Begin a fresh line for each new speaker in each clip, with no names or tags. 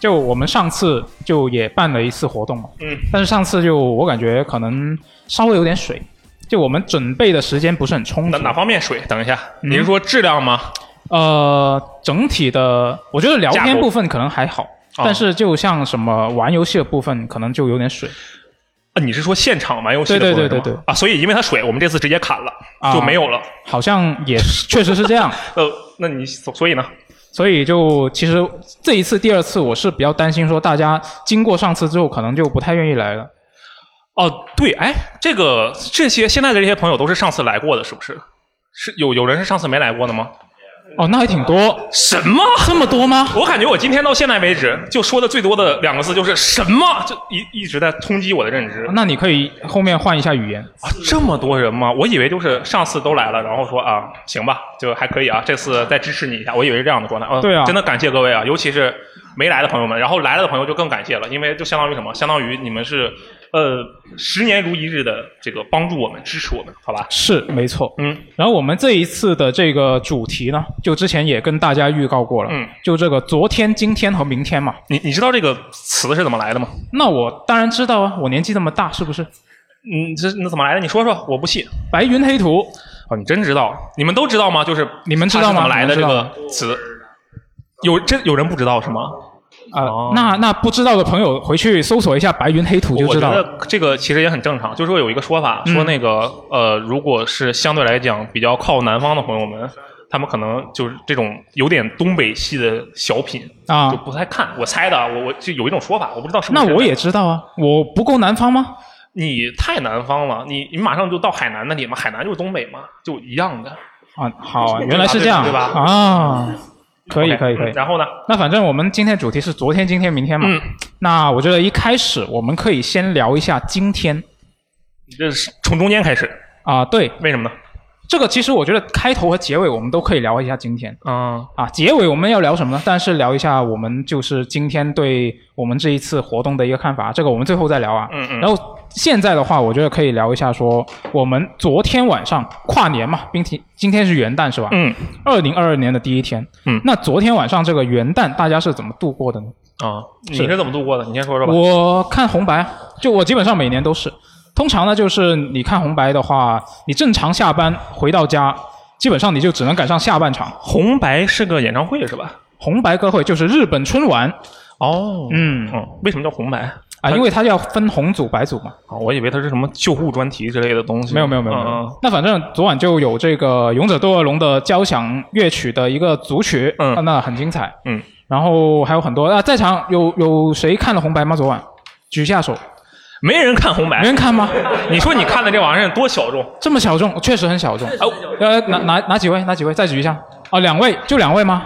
就我们上次就也办了一次活动嘛，
嗯，
但是上次就我感觉可能稍微有点水，就我们准备的时间不是很充足。
哪哪方面水？等一下，
嗯
您说质量吗？
呃，整体的我觉得聊
架
天
构
部分可能还好，
啊
但是就像什么玩游戏的部分，可能就有点水
啊，你是说现场玩游戏的
对对
部分
对
是吗
对对
啊，所以因为它水，我们这次直接砍了，
啊，
就没有了。
好像也是确实是这样。
呃，那你所所以呢？
所以就其实这一次第二次，我是比较担心说大家经过上次之后，可能就不太愿意来了。
哦，对，哎，这个这些现在的这些朋友都是上次来过的，是不是？是有有人是上次没来过的吗？
哦，那还挺多，
什么？
这么多吗？
我感觉我今天到现在为止，就说的最多的两个字就是什么，就一一直在冲击我的认知
那你可以后面换一下语言。
啊！这么多人吗？我以为就是上次都来了，然后说啊，行吧，就还可以啊，这次再支持你一下，我以为是这样的状态。啊
对啊
真的感谢各位啊，尤其是没来的朋友们，然后来了的朋友就更感谢了，因为就相当于什么？相当于你们是呃十年如一日的这个帮助我们、支持我们，好吧？
是，没错。
嗯，
然后我们这一次的这个主题呢，就之前也跟大家预告过了，
嗯，
就这个昨天、今天和明天嘛。
你你知道这个词是怎么来的吗？
那我当然知道啊，我年纪那么大，是不是？
嗯，这那怎么来的？你说说，我不信。
白云黑土，
哦，你真知道？你们都知道吗？就是
你们知道吗
它是怎么来的
你
这
们知道
个词？有真有人不知道是吗？
啊、
哦
那那不知道的朋友回去搜索一下白云黑土就
我
知
觉
道了。
得这个其实也很正常，就是说有一个说法，
嗯
说那个呃，如果是相对来讲比较靠南方的朋友们，他们可能就是这种有点东北系的小品就
啊，
不太看。我猜的啊，我我就有一种说法，我不知道是不
那
是。
我也知道啊，我不够南方吗？
你太南方了，你你马上就到海南那里嘛，海南就是东北嘛，就一样的。
啊，好啊，原来是这样，
对吧
啊，可以
OK，
可以可以。
嗯然后呢？
那反正我们今天主题是昨天、今天、明天嘛。
嗯
那我觉得一开始我们可以先聊一下今天
你这是从中间开始，
啊、对，
为什么呢？
这个其实我觉得开头和结尾我们都可以聊一下今天
嗯，
啊。结尾我们要聊什么呢？但是聊一下我们就是今天对我们这一次活动的一个看法，这个我们最后再聊啊。
嗯嗯
然后现在的话，我觉得可以聊一下说我们昨天晚上跨年嘛，并且今天是元旦是吧？
嗯
二零二二年的第一天，
嗯
那昨天晚上这个元旦大家是怎么度过的呢？
啊，你
是
是怎么度过的？你先说说吧。
我看红白，就我基本上每年都是。通常呢，就是你看红白的话，你正常下班回到家，基本上你就只能赶上下半场。
红白是个演唱会是吧？
红白歌会就是日本春晚，
哦嗯
嗯
嗯，为什么叫红白啊？
啊，因为它要分红组、白组嘛。
我以为它是什么救护专题之类的东西。
没有没有没有没有。
嗯
那反正昨晚就有这个《勇者斗恶龙》的交响乐曲的一个组曲，
嗯
啊那很精彩。
嗯，
然后还有很多啊，在场有有谁看了红白吗？昨晚举下手，
没人看红
没
白。
人看吗？
你说你看的这玩意儿多小众？
这么小众，确实很小众。
哦，
呃，哪哪哪几位？哪几位？再举一下。哦，两位，就两位吗？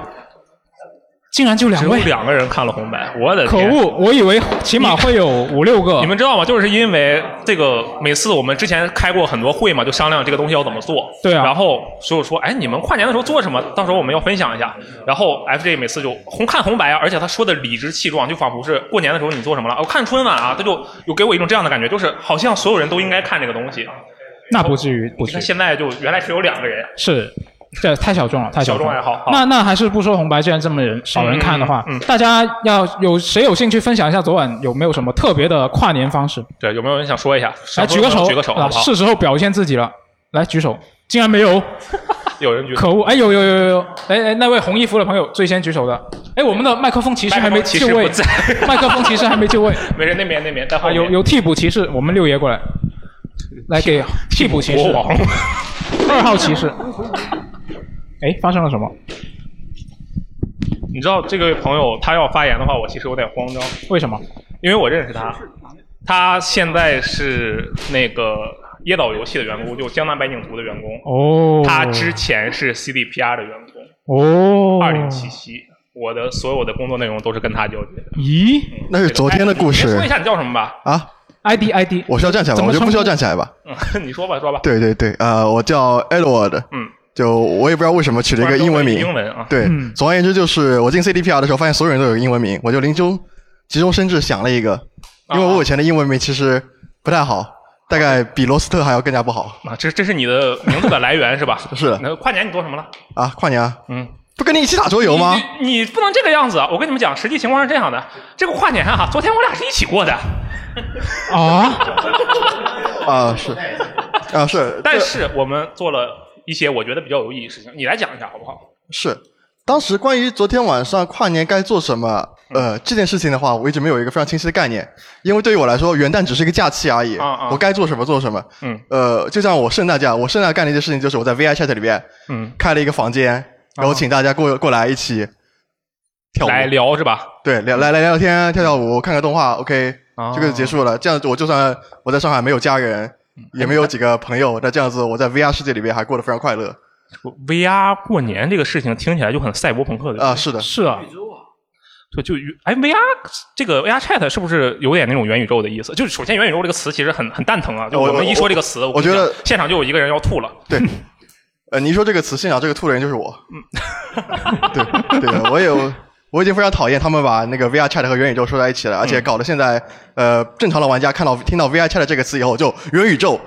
竟然就
只
两
有
位，
两个人看了红白，我的
可
天！
恶！我以为起码会有五六个
你。们知道吗？就是因为这个，每次我们之前开过很多会嘛，就商量这个东西要怎么做。
对啊
然后所以我说，哎，你们跨年的时候做什么？到时候我们要分享一下。然后 FJ 每次就红看红白啊，而且他说的理直气壮，就仿佛是过年的时候你做什么了？我、看春晚啊，他就有给我一种这样的感觉，就是好像所有人都应该看这个东西。
那不至于，不
你
至
看
于，
现在就原来只有两个人，
是这太小众了，太
小
众
众爱
了。
好。好
那那还是不说红白，既然这么人少人看的话，
嗯嗯嗯
大家要有谁有兴趣分享一下昨晚有没有什么特别的跨年方式？
对，有没有人想说一下？
来举个手，
举个手，好
啊，
不好？
是时候表现自己了。来举手，竟然没有，
有人举 手。
可恶！哎，有有有有有，哎哎，那位红衣服的朋友最先举手的。哎，我们的麦克风骑士还没
其
就
实不
位，
在，
麦克风骑士还没就位
没人那边那边，但
啊，有有替补骑士，我们六爷过来，来给替补骑士
国王。
二号骑士。哎，发生了什么？
你知道这个朋友他要发言的话，我其实有点慌张，
为什么？
因为我认识他，他现在是那个椰岛游戏的员工，就江南百景图的员工，
哦，
他之前是 CDPR 的员工，
哦
二零七七。我的所有的工作内容都是跟他交接的。
咦
那是昨天的故
哎你
事
说一下你叫什么吧？
啊！
，ID ID，
我是要站起来
怎
吗？
么
我就不需要
称呼
站起来吧？
嗯， 你说吧，说吧。
对对对，呃，我叫 Edward，
嗯，
就我也不知道为什么取了一个英文名
英。文啊，
对
嗯，
总而言之就是我进 CDPR 的时候，发现所有人都有个英文名，我就临终急中生智想了一个，
啊
因为我以前的英文名其实不太好，大概比罗斯特还要更加不好。
嗯啊，这这是你的名字的来源是吧？
是的
那跨年你做什么了？
啊，跨年啊，
嗯，
不跟你一起打桌游吗？
你不能这个样子啊！我跟你们讲，实际情况是这样的，这个跨年啊，昨天我俩是一起过的。
啊
啊是啊是，
但是我们做了一些我觉得比较有意义的事情，你来讲一下好不好？
是，当时关于昨天晚上跨年该做什么，
嗯
呃，这件事情的话，我一直没有一个非常清晰的概念，因为对于我来说，元旦只是一个假期而已，
啊啊
我该做什么做什么。
嗯
呃，就像我圣诞假，我圣诞干了一件事情，就是我在 VI Chat 里边
嗯，
开了一个房间，然后请大家过过来一起跳舞，
啊来聊是吧？
对，聊来来聊聊天，跳跳舞，看个动画，OK，
啊
这个就结束了。这样子，我就算我在上海没有家人，
嗯
也没有几个朋友，那这样子我在 VR 世界里边还过得非常快乐。
VR 过年这个事情听起来就很赛博朋克的
啊是的
是啊，
对，就哎，VR 这个 VR Chat 是不是有点那种元宇宙的意思？就是首先元宇宙这个词其实很很蛋疼啊，就
我
我们一
我
说这个词，
我
跟你
觉得
讲现场就有一个人要吐了。
对，呃，你说这个词，现场这个吐的人就是我。对对，我有，我已经非常讨厌他们把那个 VR Chat 和元宇宙说在一起了，而且搞得现在，呃，正常的玩家看到听到 VR Chat 这个词以后就元宇宙，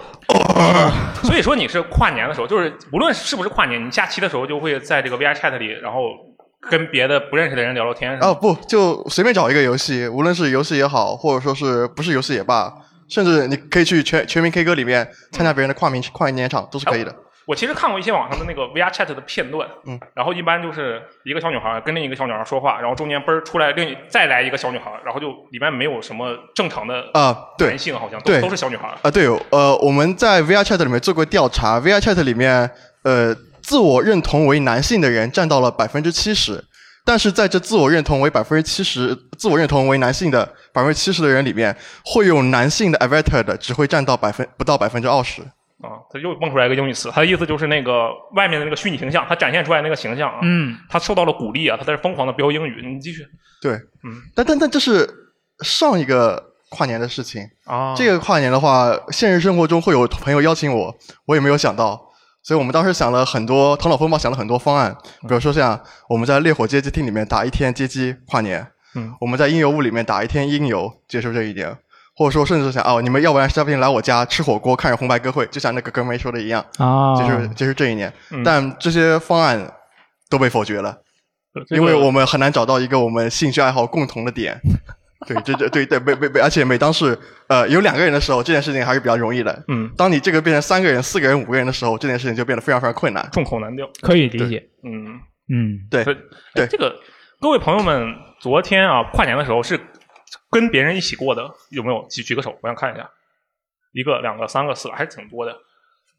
所以说你是跨年的时候，就是无论是不是跨年，你假期的时候就会在这个 VR Chat 里，然后跟别的不认识的人聊聊天。是吧
啊，不，就随便找一个游戏，无论是游戏也好，或者说是不是游戏也罢，甚至你可以去全全民 K 歌里面参加别人的跨民跨年演唱，都是可以的。
我其实看过一些网上的那个 VR Chat 的片段，
嗯，
然后一般就是一个小女孩跟另一个小女孩说话，然后中间嘣儿出来另一再来一个小女孩，然后就里面没有什么正常的
啊对
男性好像都
对
都是小女孩。
啊，对，呃，我们在 VR Chat 里面做过调查，VR Chat 里面，呃，自我认同为男性的人占到了百分之七十，但是在这自我认同为百分之七十、自我认同为男性的百分之七十的人里面，会有男性的 avatar 的只会占到百分不到百分之二十。
啊，他又蹦出来一个英语词，他的意思就是那个外面的那个虚拟形象，他展现出来那个形象啊，
嗯，
他受到了鼓励啊，他在这疯狂的飙英语。你继续
对，
嗯，
但但但这是上一个跨年的事情。
啊
这个跨年的话，现实生活中会有朋友邀请我，我也没有想到，所以我们当时想了很多，头脑风暴想了很多方案，比如说像我们在烈火街机厅里面打一天街机跨年，
嗯，
我们在音游屋里面打一天音游，接受这一点，或者说甚至想哦，你们要不然下不来我家吃火锅，看着红白歌会，就像那个哥们儿说的一样，
啊，
接受接受这一年
嗯，
但这些方案都被否决了。
这
因
个
为我们很难找到一个我们兴趣爱好共同的 点。对，这这对对，每每每，而且每当是呃有两个人的时候，这件事情还是比较容易的。
嗯，
当你这个变成三个人、四个人、五个人的时候，这件事情就变得非常非常困难。
众口难调，
可以理解，
嗯，
嗯，
对
对，
对
哎这个各位朋友们，昨天啊跨年的时候是跟别人一起过的，有没有？举举个手，我想看一下，一个、两个、三个、四个，还是挺多的，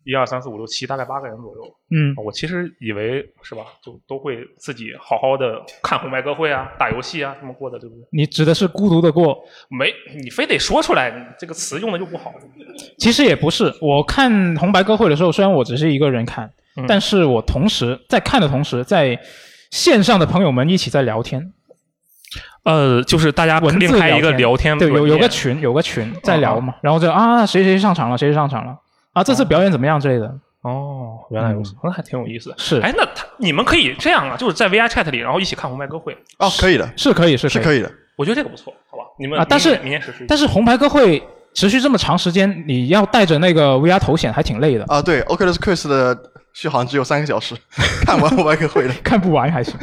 一二三四五六七，大概八个人左右。啊
嗯，
我其实以为是吧，就都会自己好好的看红白歌会啊、打游戏啊，这么过的，对不对？
你指的是孤独的过，
没，你非得说出来，你这个词用的就不好。
其实也不是。我看红白歌会的时候，虽然我只是一个人看，
嗯
但是我同时在看的同时，在线上的朋友们一起在聊天，
呃，就是大家
文字
另开一个
聊
聊天
对，有
软
有个
件
群，有个群
啊
在聊
哦
嘛，然后就啊，谁谁上场了，谁谁上场了，啊，这次表演怎么样之类的，嗯
哦，原来如此，那还挺有意思的。
是
哎，那他你们可以这样啊，就是在 VR Chat 里，然后一起看红白歌会，
哦，可以的，
是可以，是
是
可以。
可以的。
我觉得这个不错，好吧？你们
啊但是
明年明年实施一下，
但是红白歌会持续这么长时间，你要戴着那个 VR 头显还挺累的，
啊，对，Oculus Quest 的续航只有三个小 时，看完我白可会的。
看不完还行。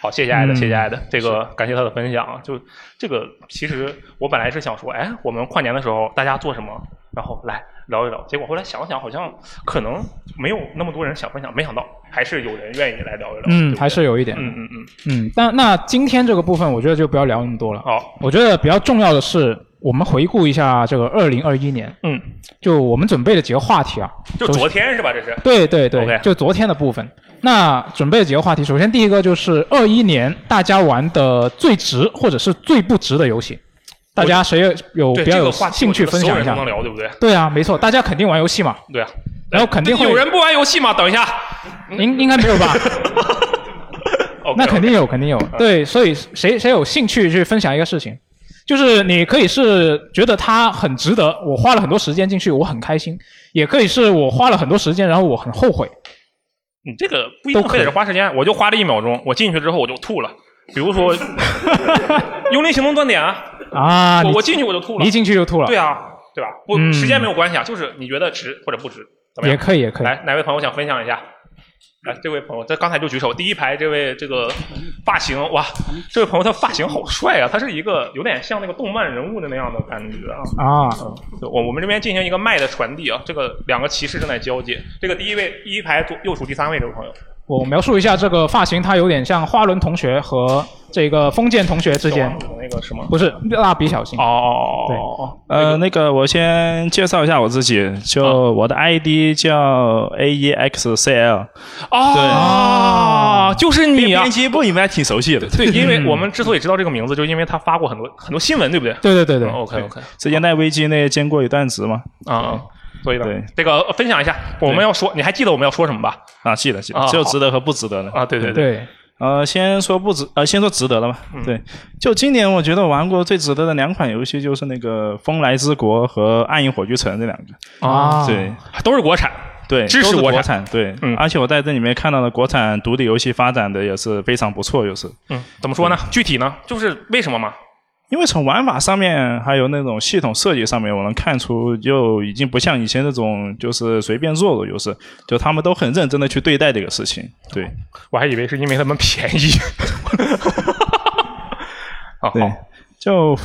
好，谢谢爱的，
嗯
谢谢爱的，这个感谢他的分享啊。就这个，其实我本来是想说，哎，我们跨年的时候大家做什么，然后来聊一聊。结果后来想想，好像可能没有那么多人想分享，没想到还是有人愿意来聊一聊。对
嗯
不，对
还是有一点。
嗯嗯嗯，
嗯，但那今天这个部分，我觉得就不要聊那么多了。
好，
我觉得比较重要的是，我们回顾一下这个二零二一年，
嗯，
就我们准备了几个话题啊。
就
首先
昨天是吧？这是
对对对
OK
就昨天的部分。那准备了几个话题，首先第一个就是二一年大家玩的最值或者是最不值的游戏，大家谁有
对
比
这
较
个
有
话题
兴趣
我觉得
分
所
享
有
一
人
下
都能？聊，对不对？
对啊，没错，大家肯定玩游戏嘛，
对啊。
然后肯定会
有人不玩游戏吗？等一下，
应应该没有吧？
OK，
那肯定有，肯定有。对，所以谁谁有兴趣去分享一个事情，就是你可以是觉得它很值得，我花了很多时间进去，我很开心；也可以是我花了很多时间，然后我很后悔。嗯
你这个不一定非得是花时间，我就花了一秒钟，我进去之后我就吐了。比如说《幽灵行动：断点》啊，
啊，
我
你
我进去我就吐了
你一，进去就吐了，
对啊，对吧？不，
嗯
时间没有关系啊，就是你觉得值或者不值，怎么
也
样？
可以，也可以。
来，哪位朋友想分享一下？来，这位朋友，他刚才就举手，第一排这位这个发型，哇，这位朋友他发型好帅啊，他是一个有点像那个动漫人物的那样的感觉
啊，
啊。对我我们这边进行一个麦的传递啊，这个两个骑士正在交接，这个第一位第一排左右数第三位这位朋友，
我描述一下这个发型，它有点像花轮同学和这个封建同学之间，
那个是吗？
不是蜡笔小新
哦，
对，
呃，那个我先介绍一下我自己，就
啊
我的 ID 叫 A E X C L。
哦，就是你啊
编辑部应该挺熟悉的。
对，因为我们之所以知道这个名字，就是因为他发过很多很多新闻，对不对？哦
对对对对
OK OK
嗯之前在微机那兼过一段职嘛。
啊，所以呢
对，
这个呃分享一下，我们要说，你还记得我们要说什么吧？
啊，记得记得
啊，
只有值得和不值得的
啊，对对嗯
对。
呃，先说不值，呃，先说值得了吧。对，就今年我觉得玩过最值得的两款游戏就是那个《风来之国》和《暗影火炬城》这两个
啊
对
都是国产，
对，
支
都
持
是
国
国
产
产，对，
嗯
而且我在这里面看到了国产独立游戏发展的也是非常不错，就是
嗯，怎么说呢？具体呢，就是为什么嘛？
因为从玩法上面，还有那种系统设计上面，我能看出，就已经不像以前那种就是随便做的游戏，就他们都很认真的去对待这个事情。对，
我还以为是因为他们便宜。 啊，
对
好，
就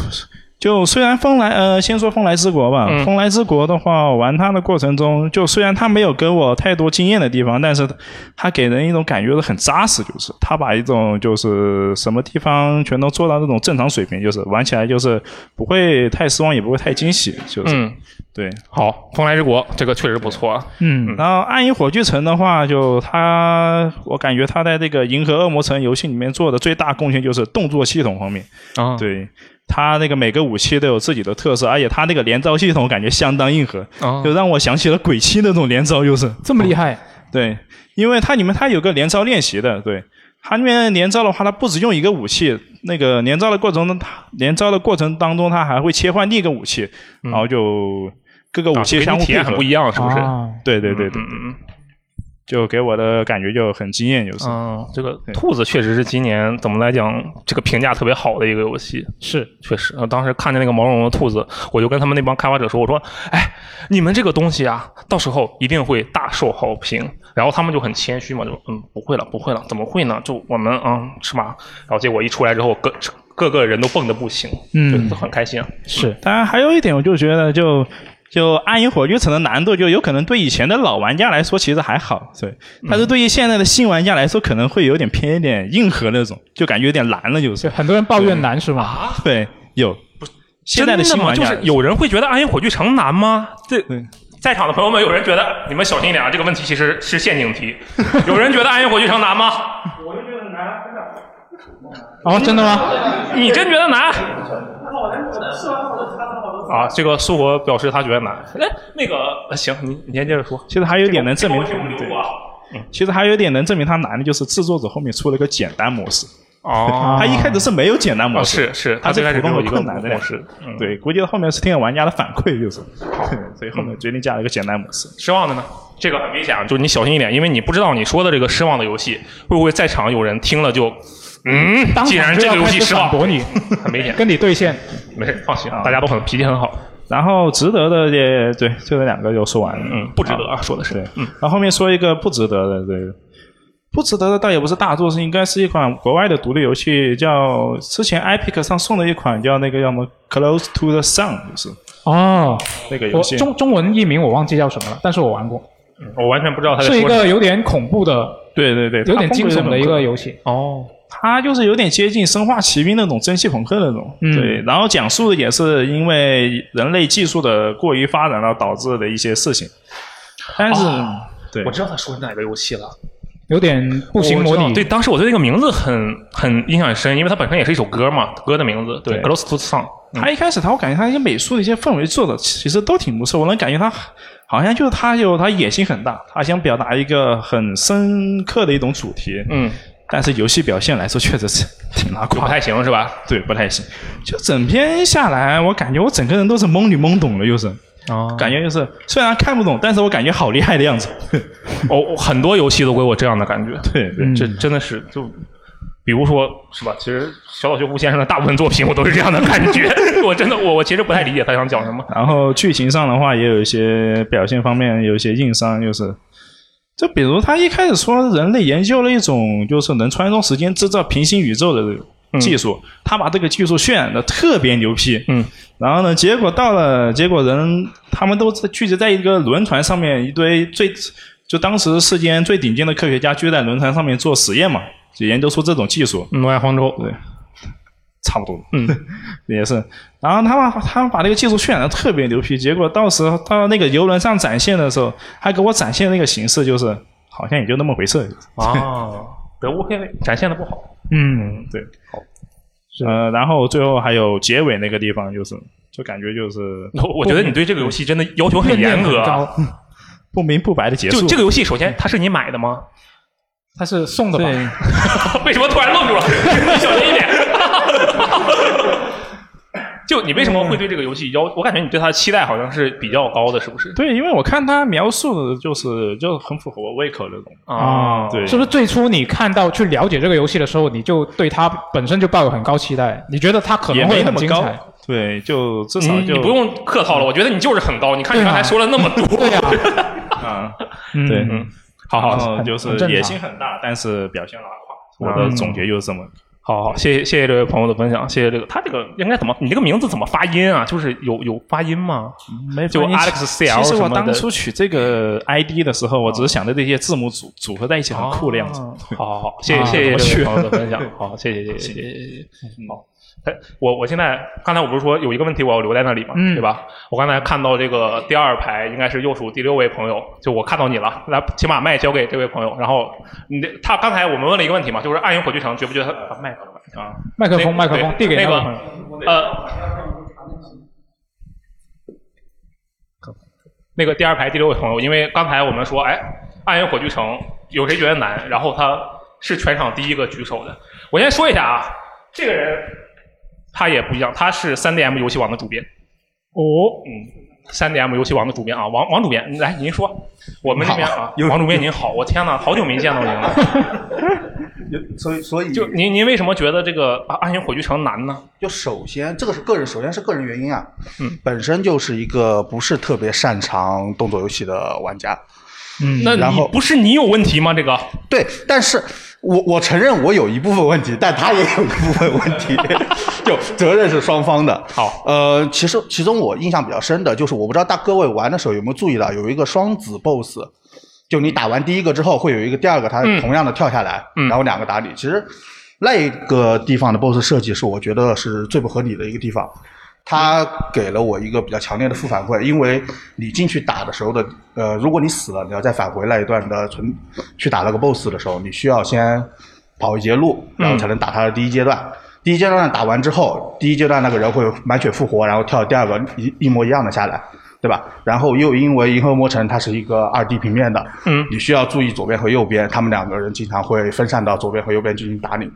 就虽然风来呃，先说风来之国吧。
嗯
风来之国的话，玩它的过程中，就虽然它没有给我太多经验的地方，但是它给人一种感觉是很扎实，就是它把一种就是什么地方全都做到那种正常水平，就是玩起来就是不会太失望，也不会太惊喜，就是、
嗯，
对。
好，风来之国这个确实不错啊。
嗯
然后《暗影火炬城》的话，就它，我感觉它在这个《银河恶魔城》游戏里面做的最大贡献就是动作系统方面。
啊，
对，它那个每个武器都有自己的特色，而且它那个连招系统感觉相当硬核，
啊
就让我想起了鬼泣那种连招，就是
这么厉害
对，因为它里面它有个连招练习的，对。它里面连招的话，它不只用一个武器，那个连招的过程中，它连招的过程当中，它还会切换另一个武器，然后就各个武器
嗯啊
相
跟
互
你体
配
验
合
很不。一样，是不是？
啊
对对对对，
嗯嗯
就给我的感觉就很惊艳，就是。
嗯，这个
对
兔子确实是今年怎么来讲，这个评价特别好的一个游戏。
是
确实，呃，当时看见那个毛茸茸的兔子，我就跟他们那帮开发者说：“我说，哎，你们这个东西啊，到时候一定会大受好评。”然后他们就很谦虚嘛，就嗯，不会了，不会了，怎么会呢？就我们嗯，是吧？然后结果一出来之后，各各个人都蹦的不行，
嗯
就很开心啊。
是
当然还有一点，我就觉得就就《暗影火炬城》的难度，就有可能对以前的老玩家来说其实还好，对，但是对于现在的新玩家来说，可能会有点偏一点硬核那种，就感觉有点难了，就是
对，很多人抱怨难是吗？
对，有现在
真
新
的吗？
玩
就
家
是有人会觉得哎《暗影火炬城》难吗？这
对
在场的朋友们，有人觉得你们小心一点啊，这个问题其实是陷阱题。有人觉得《暗影火炬城》难吗？
哦，真的吗？
你真觉得难？啊，这个苏国表示他觉得难。哎，那个行，您您先接着说。
其实还有一点能证明，
这个问题我
对
们留，过啊
其实还有一点能证明它难的就是制作者后面出了个简单模式，
哦，
它一开始是没有简单模
哦
式，
是是，
它
他最开始只
普
有
通
一
和
个
困难的
模
两
式，嗯，
对，估计后面是听了玩家的反馈，就是， 所以后
嗯
面决定加了一个简单模式。
失望的呢？这个很危险啊，就是你小心一点，因为你不知道你说的这个失望的游戏会不会在场有人听了就，嗯，
当
既然
场
这
就要
个游
开
戏
始
失望
反，驳你，
很危险，
跟你对线。啊
没事，放心，啊大家都很脾气很好，
然后值得的也对，就这两个就说完了。
嗯，不值得啊，说的
对
是，，
嗯，然后后面说一个不值得的，对，不值得的倒也不是大作，是应该是一款国外的独立游戏，叫之前 Epic 上送的一款叫那个叫什么《Close to the Sun》，就是
哦，
那个游
我
戏。
中中文译名我忘记叫什么了，但是我玩过，
我完全不知道他在
是一
说什么。
个有点恐怖的、
对对对，
有点
它
惊悚的一个
风格
游戏。
哦，
它就是有点接近《生化奇兵》那种蒸汽朋克那种。
嗯
对，然后讲述的也是因为人类技术的过于发展了导致的一些事情，但是、
哦
对
我知道他说哪个游戏了。
有点步行模拟，
对，当时我对那个名字很很印象很深，因为它本身也是一首歌嘛，歌的名字对
对
，Close to the Sun。
他一开始他，我感觉他一些美术的一些氛围做的其实都挺不错，我能感觉他好像就是他有他野心很大，他想表达一个很深刻的一种主题，
嗯，
但是游戏表现来说确实是挺拉
就不
胯，
太行是吧？
对，不太行。就整篇下来，我感觉我整个人都是懵里懵懂的，就是
啊
感觉就是虽然看不懂，但是我感觉好厉害的样子。
哦，很多游戏都给我这样的感觉，
对对
嗯
这真的是就。比如说，是吧？其实小岛秀夫先生的大部分作品，我都是这样的感觉。我真的，我我其实不太理解他想讲什么。
然后剧情上的话，也有一些表现方面有一些硬伤，就是就比如他一开始说人类研究了一种就是能穿梭时间制造平行宇宙的这个技术，他把这个技术渲染的特别牛批，
嗯，
然后呢，结果到了，结果人他们都在聚集在一个轮船上面，一堆最就当时世间最顶尖的科学家聚在轮船上面做实验嘛，就研究出这种技术，
挪亚方舟，
对，差不多，
嗯，
也是。然后他们他们把这个技术渲染的特别牛批，结果到时候到那个游轮上展现的时候，他给我展现那个形式就是好像也就那么回事，
啊，得物配位展现的不好，
嗯，对，好，呃，然后最后还有结尾那个地方就是。就感觉就是
我我觉得你对这个游戏真的要求很严格啊。
不明不白的结束。
就这个游戏，首先它是你买的吗？
它是送的吧？
为什么突然愣住了？你小心一点。就你为什么
嗯
会对这个游戏要？我感觉你对它的期待好像是比较高的，是不是？
对，因为我看他描述的就是就是很符合我胃口那种。
啊，
对
是不是最初你看到去了解这个游戏的时候，你就对它本身就抱有很高期待？你觉得它可
也
能
没
会
那
很
么
精
高
彩？，
对，就至
你
少
你
就
不用客套了，我觉得你就是很高。你看你刚才说了那么多，
对呀、
啊，
嗯
对，
嗯
好
好
好，
很
就
很
是
正
野
常
心很大，但是
啊
表现拉胯。我
嗯
的总结就是这么，
好好，谢谢谢谢这位朋友的分享，谢谢这个他这个应该怎么？你这个名字怎么发音啊？就是有有发音吗？
没
就
嗯关系
Alex
其
CL
实我
什么的啊嗯
当初取这个 ID 的时候，我只是想着这些字母组组合在一起很酷的样子。
啊好好好，谢谢
啊
谢
我
谢
去
这位朋友的分享，好，谢谢谢谢谢谢谢 谢。好，哎，我我现在刚才我不是说有一个问题我要留在那里嘛，
嗯
对吧？我刚才看到这个第二排应该是右数第六位朋友，就我看到你了，来，请把麦交给这位朋友。然后你的他刚才我们问了一个问题嘛，就是《暗影火炬城》觉不觉得他把麦克风啊？
麦克风，
那
麦
个
克风，
对
递给那
那个
个朋友。
呃，那个第二排第六位朋友，因为刚才我们说，哎，《暗影火炬城》有谁觉得难？然后他是全场第一个举手的。我先说一下啊，这个人他也不一样，他是 3DM 游戏网的主编。
哦，
嗯，3DM 游戏网的主编啊，王王主编，来您说，我们这边啊，王主编您好，我天呐，好久没见到您 了。
所以所以
就您您为什么觉得这个《啊暗影火炬城》难呢？
就首先，这个是个人，首先是个人原因啊。嗯，本身就是一个不是特别擅长动作游戏的玩家。
嗯，
那
然
你
后
不是你有问题吗？这个
对，但是我我承认我有一部分问题，但他也有一部分问 题，就责任是双方的。
好，
呃，其实其中我印象比较深的就是，我不知道大各位玩的时候有没有注意到，有一个双子 BOSS，就你打完第一个之后，会有一个第二个，它
嗯
同样的跳下来，
嗯
然后两个打你。其实那个地方的 BOSS 设计是我觉得是最不合理的一个地方。它给了我一个比较强烈的负反馈，因为你进去打的时候的，呃，如果你死了，你要再返回那一段的存去打那个 BOSS 的时候，你需要先跑一节路，然后才能打它的第一阶段。第一阶段打完之后，第一阶段那个人会满血复活，然后跳第二个一一模一样的下来，对吧？然后又因为银河魔城它是一个二 D 平面的，
嗯
你需要注意左边和右边，他们两个人经常会分散到左边和右边进行打你。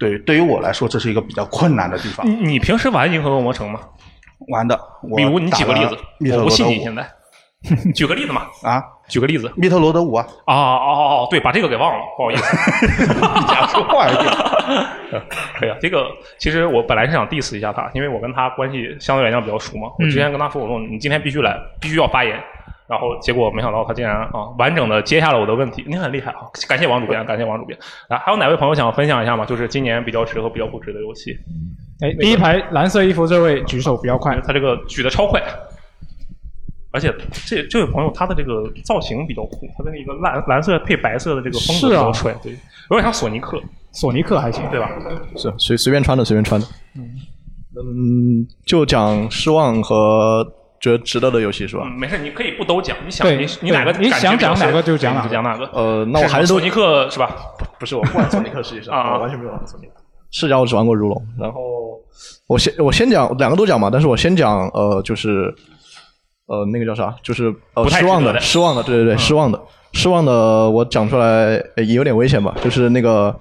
对，对于我来说，这是一个比较困难的地方
你。你平时玩《银河恶魔城》吗？
玩的，我
比如你
打
举个例
了
子，
密特
我
罗
不信
德
你
五
现在， 举个例子嘛，
啊，
举个例子。
密特罗德五啊，
哦哦哦，对，把这个给忘了，不好意思。
讲说话一点。
可 以啊，这个其实我本来是想 diss 一下他，因为我跟他关系相对来讲比较熟嘛。我之前跟他说，我说你今天必须来，必须要发言。然后结果没想到他竟然啊完整的接下了我的问题，你很厉害啊！感谢王主编，感谢王主编。啊，还有哪位朋友想分享一下吗？就是今年比较值和比较不值的游戏？
哎，第一排蓝色衣服这位举手比较快。
他这个举的超快，而且这这位朋友他的这个造型比较酷，他的那个蓝蓝色配白色的这个风格比
是啊
较帅，对，有点像索尼克，
索尼克还行，
对吧？
是随随便穿的，随便穿的。嗯，就讲失望和觉得值得的游戏是吧？
嗯，没事，你可以不都讲，你想
对
你
对
你哪个
你
感觉
想
比较
讲
深
哪个就讲哪
你
个
讲哪个。
呃，那我还是
索
说
尼克是吧？
不是我不玩索尼 克，实际上
啊
我完全没有玩过索尼克。是家我只玩过如龙，然后我先我先讲两个都讲嘛，但是我先讲呃就是呃那个叫啥，就是呃
不太
失望
值得的
的失望的，对对
嗯
对，失望的失望的，我讲出来呃也有点危险吧，就是那个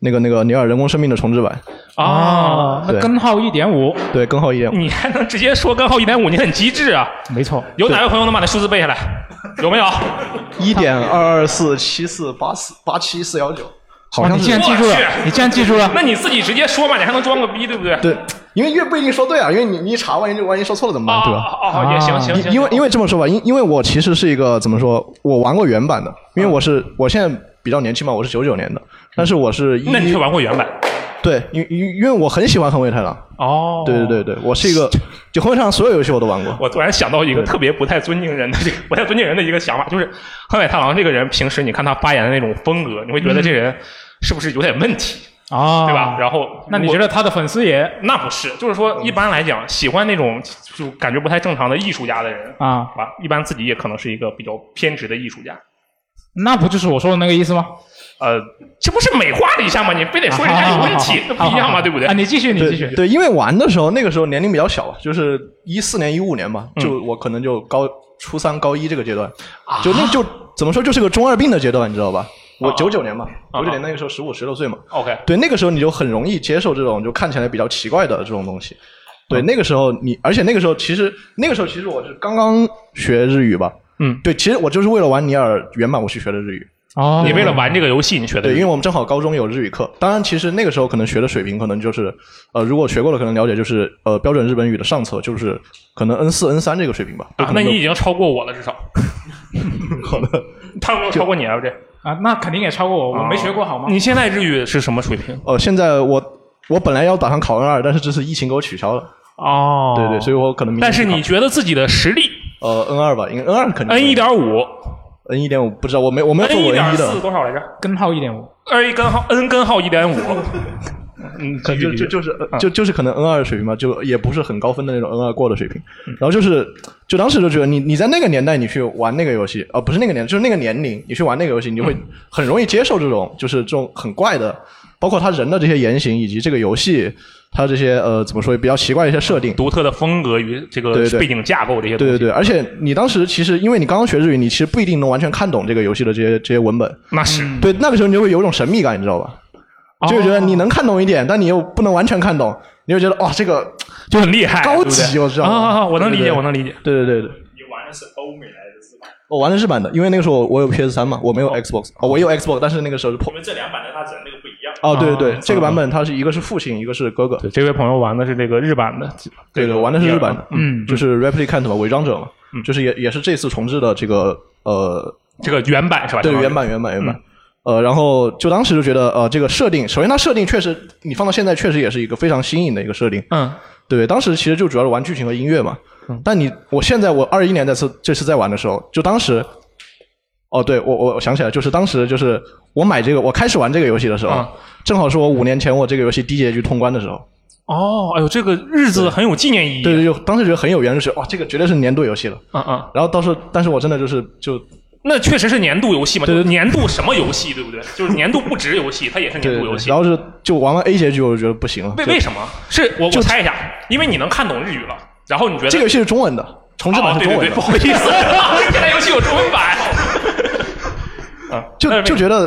那个那个尼尔人工生命的重置版，
啊，那
对
根号一点五，嗯
对，更好一点。
你还能直接说根号一点五，你很机智啊！
没错，
有哪位朋友能把那数字背下来？有没有？
一点二二四七四八四八七四幺九，好
哇啊
像
哦你竟然
是
记住
我去
了，你竟然记住了，嗯
那你自己直接说嘛，你还能装个逼，对不对？
对，因为越不一定说对啊，因为你你一 查，万一就万一说错了怎么办，
啊
对吧？啊
哦哦也行行行
因因为因为这么说吧，因因为我其实是一个怎么说，我玩过原版的，因为我是我现在比较年轻嘛，我是九九年的，但是我是
嗯那你
是
是玩过原版？
对，因因因为我很喜欢横尾太郎。
哦，
对对对对，我是 一个就横尾太郎所有游戏我都玩过。
我突然想到一个特别不太尊敬人的这个不太尊敬人的一个想法，就是横尾太郎这个人，平时你看他发言的那种风格，你会觉得这人是不是有点问题
嗯啊
对吧？然后
那你觉得他的粉丝也嗯
那不是，就是说一般来讲，喜欢那种就感觉不太正常的艺术家的人
啊，
吧，一般自己也可能是一个比较偏执的艺术家。
那不就是我说的那个意思吗？
呃，这不是美化了一下吗？你非得说人家有问题，这
啊
不一样吗？对
啊
不对？啊
对对，因为玩的时候那个时候年龄比较小，就是一四年、一五年嘛，
嗯啊
就我可能就高初三、高一这个阶段，就那就怎么说，就是个中二病的阶段，你知道吧？我九九年嘛，九九年那个时候十五十六岁嘛，
OK，
对，那个时候你就很容易接受这种就看起来比较奇怪的这种东西。对，那个时候你，而且那个时候其实那个时候其实我是刚刚学日语吧，
嗯，
对，其实我就是为了玩尼尔原版我去学的日语。
哦
你为了玩这个游戏，你学的
对，因为我们正好高中有日语课，当然其实那个时候可能学的水平可能就是，呃，如果学过了可能了解就是呃标准日本语的上册，就是可能 N 四 N 三这个水平吧。
啊，那你已经超过我了，至少。
好的，
他有没有超过你啊？这
啊，那肯定也超过我，我没学过好吗？
你现在日语是什么水平？
呃，现在我我本来要打算考 N 二，但是这次疫情给我取消了。
哦
对对，所以我可能明年
但是
去考
你觉得自己的实力
呃 N 二吧，应该 N 二肯定
N 一点五
，N 一点五不知道，我没我没有
，N
做
一
过 N
点
一
四
的。
多少来着
根号一点五，
？N 一根号 N 根号一点 五。嗯，继续
就
继
就
续
就是呃就就是可能 N 二水平嘛，就也不是很高分的那种 N 二过的水平。
嗯
然后就是，就当时就觉得你你在那个年代你去玩那个游戏，呃，不是那个年，就是那个年龄你去玩那个游戏，你就
嗯
会很容易接受这种就是这种很怪的，包括他人的这些言行以及这个游戏它这些呃怎么说比较奇怪的一些设定。
独特的风格与这个
对对
背景架构这些东
对
西。
对对，而且你当时其实因为你刚刚学日语，你其实不一定能完全看懂这个游戏的这些这些文本。
那是哦
对，那个时候你就会有一种神秘感，你知道吧？就会觉得你能看懂一点，但你又不能完全看懂，你会觉得哇，这个
就很厉害
高
对不
级，
对
我知道吗。
啊啊啊我能理解
对
我能理解。
对对对对对，
你玩的是欧美来的是吧？
我玩的日版的，因为那个时候我我有 PS 三嘛，我没有 Xbox，哦，我有 Xbox，但是那个时候是破
因。为这两版的它人那个不一样。
哦，对对对，这个版本它是一个是父亲，一个是哥哥。
嗯对，这位朋友玩的是这个日版的，
对对，玩的是日版的，
嗯，
就是 Replicant 嘛，伪装者嘛，就是也也是这次重置的这个呃
这个原版是吧？
对，
相当于
原版原版原
嗯
版。呃，然后就当时就觉得，呃，这个设定，首先它设定确实，你放到现在确实也是一个非常新颖的一个设定。
嗯，
对，当时其实就主要是玩剧情和音乐嘛。但你我现在我二一年在次这次在玩的时候，就当时，哦，对我我我想起来，就是当时就是我买这个我开始玩这个游戏的时候，
嗯
正好是我五年前我这个游戏低结局通关的时候。
哦，哎呦，这个日子很有纪念意义。啊
对对，就当时觉得很有缘，就是哇，哦这个绝对是年度游戏了。
嗯嗯，
然后到时候，但是我真的就是就
那确实是年度游戏嘛，就是年度什么游戏，对不对？就是年度不值游戏，它也是
对
年
对
度游
对，
戏。
然后就就玩完 A 结局，我就觉得不行了。
为
就
为什么？是我我猜一下，因为你能看懂日语了，然后你觉得
这 个游戏是中文的，重置
哦，
版是
对
中
对
文
对，
的，
不好意思，现在游戏有中文版。啊，
就就觉得，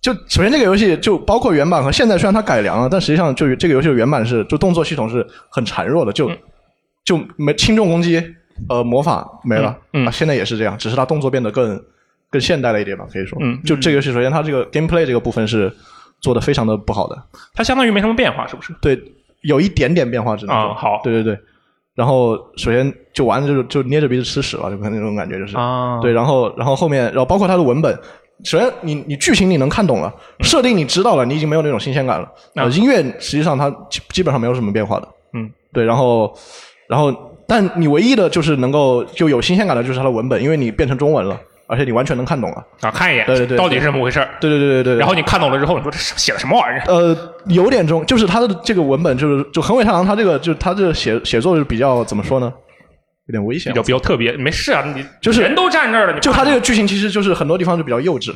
就首先这个游戏就包括原版和现在虽然它改良了，但实际上就是这个游戏的原版是就动作系统是很孱弱的，就、
嗯
就没轻重攻击，呃，魔法没了，
嗯嗯
啊，现在也是这样，只是它动作变得更更现代了一点吧，可以说，
嗯
就这个游戏首先它这个 gameplay 这个部分是做的非常的不好的，
它相当于没什么变化，是不是？
对，有一点点变化，只能说、
啊好
对对对。然后首先就玩就是就捏着鼻子吃屎了，就可能那种感觉就是
啊
对，然后然后后面然后包括它的文本，首先你你剧情你能看懂了，
嗯
设定你知道了，你已经没有那种新鲜感了。
啊
呃，音乐实际上它基基本上没有什么变化的，
嗯，
对，然后然后但你唯一的就是能够就有新鲜感的就是它的文本，因为你变成中文了，而且你完全能看懂了。
啊，看一眼，
对对对
到底是怎么回事儿？
对对对对对对。
然后你看懂了之后，你说这是写的什么玩意儿？
呃，有点中，就是他的这个文本，就是就横尾太郎，他这个就是他这个写写作是比较怎么说呢？有点危
比
险
较。比较特别，没事啊，你
就是
人都站这儿了，你
就
怕
他这个剧情，其实就是很多地方就比较幼稚。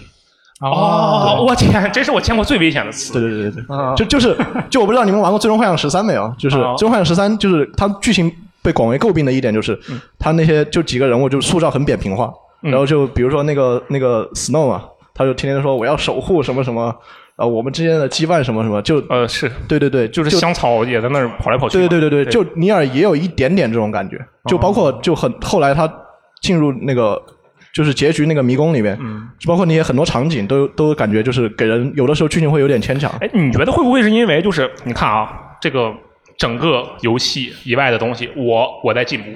哦，我天，这是我见过最危险的词。啊
对对对对，就就是 就我不知道你们玩过《最终幻想十三》没有？啊就是
哦
《最终幻想十三》，就是它剧情被广为诟病的一点就是，
嗯
他那些就几个人物就塑造很扁平化，然后就比如说那个那个 Snow 嘛，他就天天说我要守护什么什么，呃，我们之间的羁绊什么什么，就
呃，是，
对对对，
就是香草也在那儿跑来跑去嘛。
对对对对
对哦
对，就尼尔也有一点点这种感觉，就包括就很后来他进入那个就是结局那个迷宫里面，
嗯
就包括那些很多场景都都感觉就是给人有的时候剧情会有点牵强。
哎，你觉得会不会是因为就是你看啊，这个整个游戏以外的东西，我我在进步，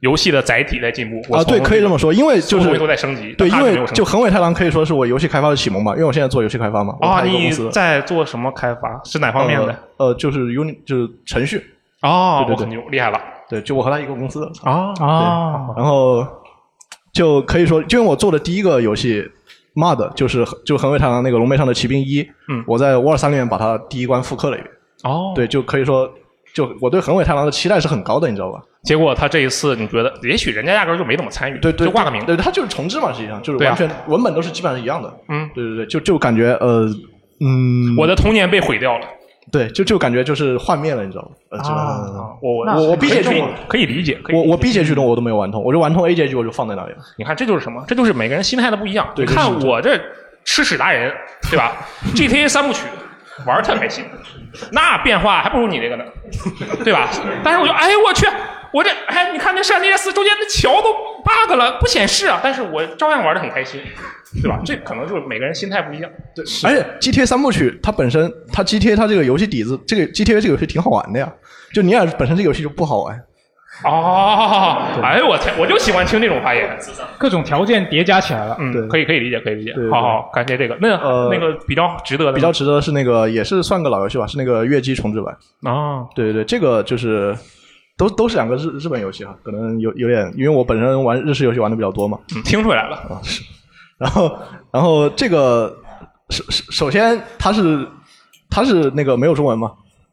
游戏的载体在进步。我
啊，
从
对，可以这么说，因为就
从
是
维度在升级但
对，因
它没
为
有升级
就横尾太郎可以说是我游戏开发的启蒙嘛，因为我现在做游戏开发嘛。我
啊，
开一个
你
公司
在做什么开发？是哪方面的？
呃？呃，就是 Uni 就是程序。
哦，
对
我
对
很
对，
牛，厉害了
对，就我和他一个公司的。
啊
啊！
然后就可以说，就因为我做的第一个游戏 MUD 就是就横尾太郎那个《龙背上的骑兵一》，
嗯
我在 War 三里面把它第一关复刻了一遍。
哦，
对，就可以说，就我对横尾太郎的期待是很高的，你知道吧？
结果他这一次，你觉得也许人家压根儿就没怎么参与，
对对，
就挂个名。
对，它就是重置嘛，实际上就是
对啊
完全、文本都是基本上一样的。
嗯，
对对对，就就感觉呃，嗯，
我的童年被毁掉了。
对，就就感觉就是幻灭了，你知道吗？呃，就
啊，我
那我我
毕
毕
业
业
可以
中了
可以理解，可以
我
理解
我 B 结局中我都没有玩通，我就玩通 A 结局我就放在那里了。
你看这就是什么？这就是每个人心态的不一样。
对
你
这是
看我这吃屎达人，对吧 ？GTA 三部曲玩儿特开心，那变化还不如你这个呢，对 吧？但是我就哎我去，我这哎你看那闪电四中间的桥都 bug 了，不显示啊，但是我照样玩的很开心，对吧？这可能就是每个人心态不一样。对，
而且 GTA 三部曲它本身，它 GTA 它这个游戏底子，这个 GTA 这个游戏挺好玩的呀。就你俩本身这个游戏就不好玩，
哦，哎我天，我就喜欢听这种发言。
各种条件叠加起来了。
嗯，
对
可以可以理解，可以理解。
对
好好，感谢这个。那、
呃
那个比较值得的，
比较值得的是那个也是算个老游戏吧，是那个月姬重置版。
啊，
对对对，这个就是都都是两个日日本游戏啊，可能有有点，因为我本身玩日式游戏玩的比较多嘛。啊
嗯听出 来了。
然后然后这个首首首先它是它是那个没有中文嘛。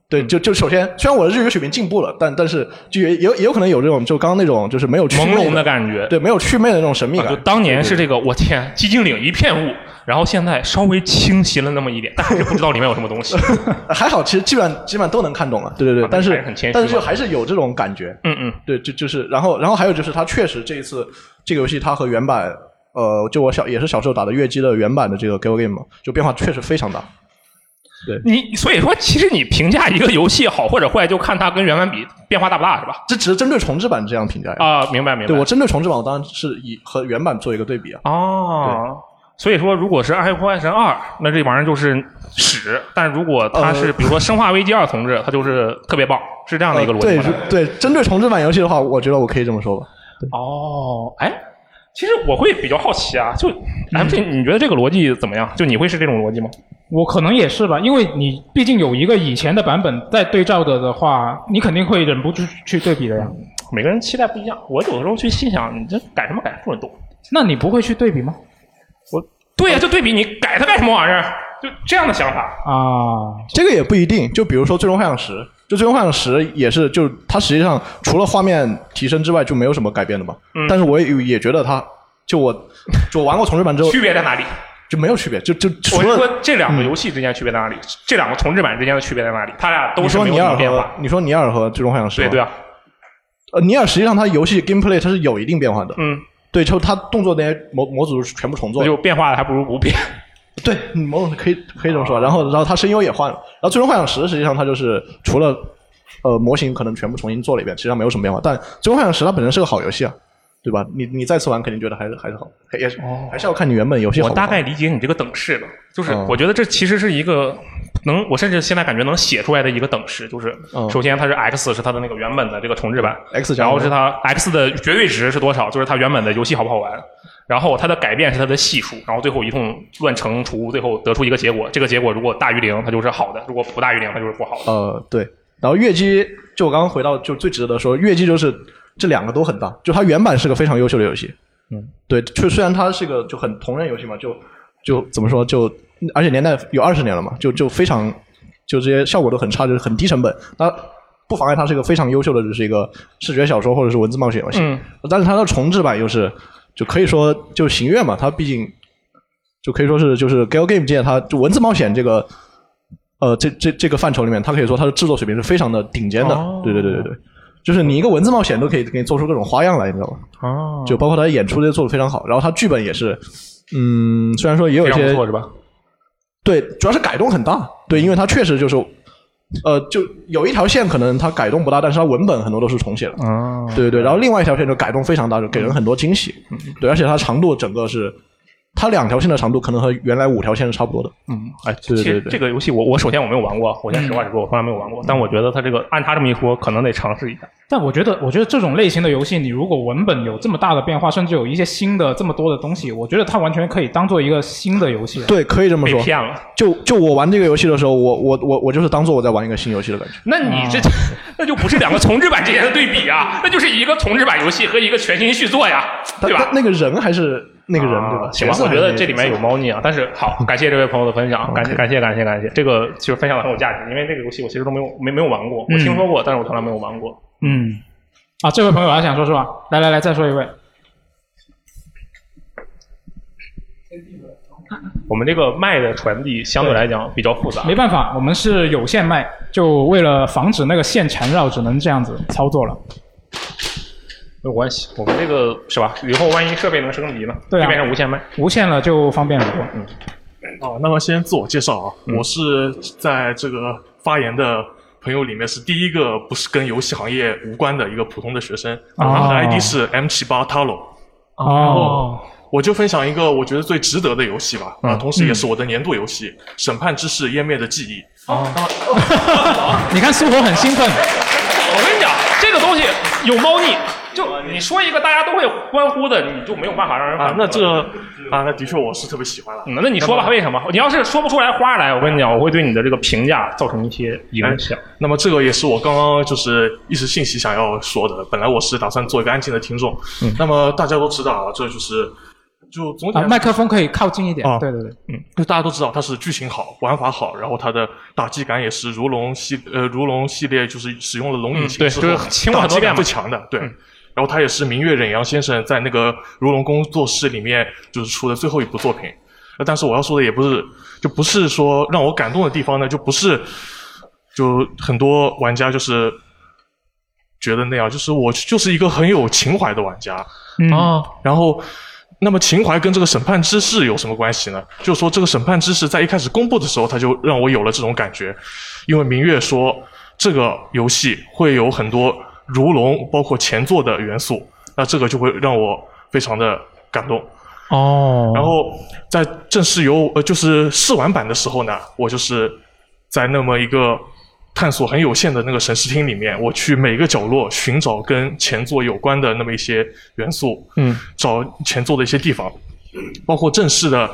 对，
嗯
就就首先，虽然我的日语水平进步了，但但是就也也有也有可能有这种，就刚刚那种就是没有趣味
朦胧的感觉，
对，没有祛魅的那种神秘
啊，
感。
就当年是这个，我天，寂静岭一片雾，然后现在稍微清晰了那么一点， 但还是不知道里面有什么东 西。
还好，其实基本上基本上都能看懂了。对对对，
啊
但
还
是
是很谦虚
但是就
嘛
还是有这种感觉。
嗯嗯，
对，就就是，然后然后还有就是，它确实这一次这个游戏它和原版，呃，就我小也是小时候打的月姬的原版的这个 Gal Game 嘛，就变化确实非常大。
你所以说，其实你评价一个游戏好或者坏，就看它跟原版比变化大不大，是吧？
这只是针对重置版这样评价。
啊、明白明白。
对我针对重置版，我当然是以和原版做一个对比啊。
哦。所以说，如果是《暗黑破坏神二》，那这玩意儿就是屎；但如果它是
呃
比如说《生化危机二》同志，它就是特别棒，是这样的一个逻辑
呃对
吗？
是对，针对重置版游戏的话，我觉得我可以这么说吧。
哦，哎，其实我会比较好奇啊，
嗯
就 M G，、你觉得这个逻辑怎么样？就你会是这种逻辑吗？
我可能也是吧，因为你毕竟有一个以前的版本在对照着的话，你肯定会忍不住去对比的呀。
每个人期待不一样。我有时候去心想，你这改什么改，不准动。
那你不会去对比吗？
对呀、就对比你改它干什么玩意儿？就这样的想法。
啊，
这个也不一定。就比如说《最终幻想十》，就《最终幻想十》也是，就它实际上除了画面提升之外，就没有什么改变的嘛。
嗯
但是我也也觉得它，就我就我玩过重置版之 后
区别在哪里？
就没有区别，就就除
我是
了嗯
说这两个游戏之间区别在哪里？这两个重置版之间的区别在哪里？它俩都
你
是
说
没有
尼
什
尔
么变
和
化。
你说尼尔和《最终幻想十》
对
嘛
对啊，
呃，尼尔实际上它游戏 gameplay 它是有一定变化的，
嗯，
对，就它动作那些模模组全部重做
那
的，
就变化的还不如不变。
对，嗯某种可以可以这么说。然后，然后他声优也换了。然后《最终幻想十》实际上它就是除了呃模型可能全部重新做了一遍，实际上没有什么变化。但《最终幻想十》它本身是个好游戏啊，对吧？你你再次玩肯定觉得还是还是好，也是、
哦
还是要看你原本游戏好
我
不好。
大概理解你这个等式了，就是
嗯
我觉得这其实是一个能，我甚至现在感觉能写出来的一个等式，就是
嗯
首先它是 x 是它的那个原本的这个重置版
X 加
然后是
它
它 x 的绝对值是多少，就是它原本的游戏好不好玩，然后它的改变是它的系数，然后最后一通乱乘除，最后得出一个结果，这个结果如果大于零，它就是好的；如果不大于零，它就是不好的。
呃对。然后月姬就我刚刚回到就最值得说，月姬就是这两个都很大，就它原版是个非常优秀的游戏，嗯，对，就虽然它是个就很同人游戏嘛，就就怎么说就而且年代有二十年了嘛，就就非常就这些效果都很差，就是很低成本，那不妨碍它是一个非常优秀的，就是一个视觉小说或者是文字冒险游戏。
嗯
但是它的重置版又是就可以说就行月嘛，它毕竟就可以说是就是 Gal Game 界它就文字冒险这个。呃，这这这个范畴里面，它可以说它的制作水平是非常的顶尖的。对对对对对，就是你一个文字冒险都可以给你做出各种花样来，你知道吗？
哦
就包括他的演出这些做的非常好，然后他剧本也是，嗯，虽然说也有
非
一
常不
些
错是吧？
对，主要是改动很大，对，因为他确实就是，呃，就有一条线可能他改动不大，但是他文本很多都是重写的，
啊，
对对对，然后另外一条线就改动非常大，就给人很多惊喜，对，而且它长度整个是它两条线的长度可能和原来五条线是差不多的。
嗯，
哎，对
其
对
实
对，嗯
这个游戏我我首先我没有玩过，我先实话实说，我从来没有玩过。但我觉得他这个按他这么一说，可能得尝试一下。
但我觉得，我觉得这种类型的游戏，你如果文本有这么大的变化，甚至有一些新的这么多的东西，我觉得它完全可以当做一个新的游戏。
对，可以这么说。
被骗了。
就就我玩这个游戏的时候，我我我我就是当做我在玩一个新游戏的感觉。
那你这、 那就不是两个重置版之间的对比 啊，那就是一个重置版游戏和一个全新续作呀，对吧？啊
那个人还是那个人对吧？
行吧
角，色
我
还
觉
是
得
那
这
个
里面
角
有
色
猫腻啊，但是好，感谢这位朋友的分享，感谢感谢感谢感谢，这个其实分享的很哦有价值，因为这个游戏我其实都没有没没有玩过，我
嗯
听说过，但是我从来没有玩过。
嗯，啊，这位朋友还想说是吧？来来来，再说一位。
我们这个麦的传递相对来讲比较复杂，
没办法，我们是有线麦，就为了防止那个线缠绕，只能这样子操作了。
没有关系，我们这个是吧？以后万一设备能升级呢，
对啊
就变成无线麦。
无线了就方便很多。嗯，
哦，那么先自我介绍啊，
嗯
我是在这个发言的朋友里面是第一个不是跟游戏行业无关的一个普通的学生，
哦
我的 ID 是 M 七八 Talo。然后
哦，
我就分享一个我觉得最值得的游戏吧，啊，
嗯
同时也是我的年度游戏《审判之誓：湮灭的记忆》。
哦
你看苏活很兴
嗯
奋。
我跟你讲，这个东西有猫腻，就你说一个大家都会欢呼的，你就没有办法让人反
啊
驳，
那这个啊，那的确我是特别喜欢了。嗯
嗯那你说吧，为什么？你要是说不出来花来，我跟你讲，我会对你的这个评价造成一些
哎
影响。
那么这个也是我刚刚就是一时兴起想要说的。本来我是打算做一个安静的听众，那么大家都知道啊，这就是就总体
啊，
来说
麦克风可以靠近一点。
哦
对对对，
嗯，就大家都知道它是剧情好，玩法好，然后它的打击感也是如龙系呃如龙系列就是使用了龙引
嗯
擎、
对
之
就是
后
轻了
打
很多
击
遍嘛
感
嗯
最强的，对。然后它也是明月忍阳先生在那个如龙工作室里面就是出的最后一部作品。呃但是我要说的也不是，就不是说让我感动的地方呢，就不是就很多玩家就是觉得那样，就是我就是一个很有情怀的玩家，
啊，
然后，那么情怀跟这个审判之誓有什么关系呢？就是说，这个审判之誓在一开始公布的时候，它就让我有了这种感觉，因为明月说这个游戏会有很多如龙，包括前作的元素，那这个就会让我非常的感动。
哦
然后在正式游呃就是试玩版的时候呢，我就是在那么一个探索很有限的那个神视厅里面，我去每个角落寻找跟前作有关的那么一些元素，
嗯，
找前作的一些地方，包括正式的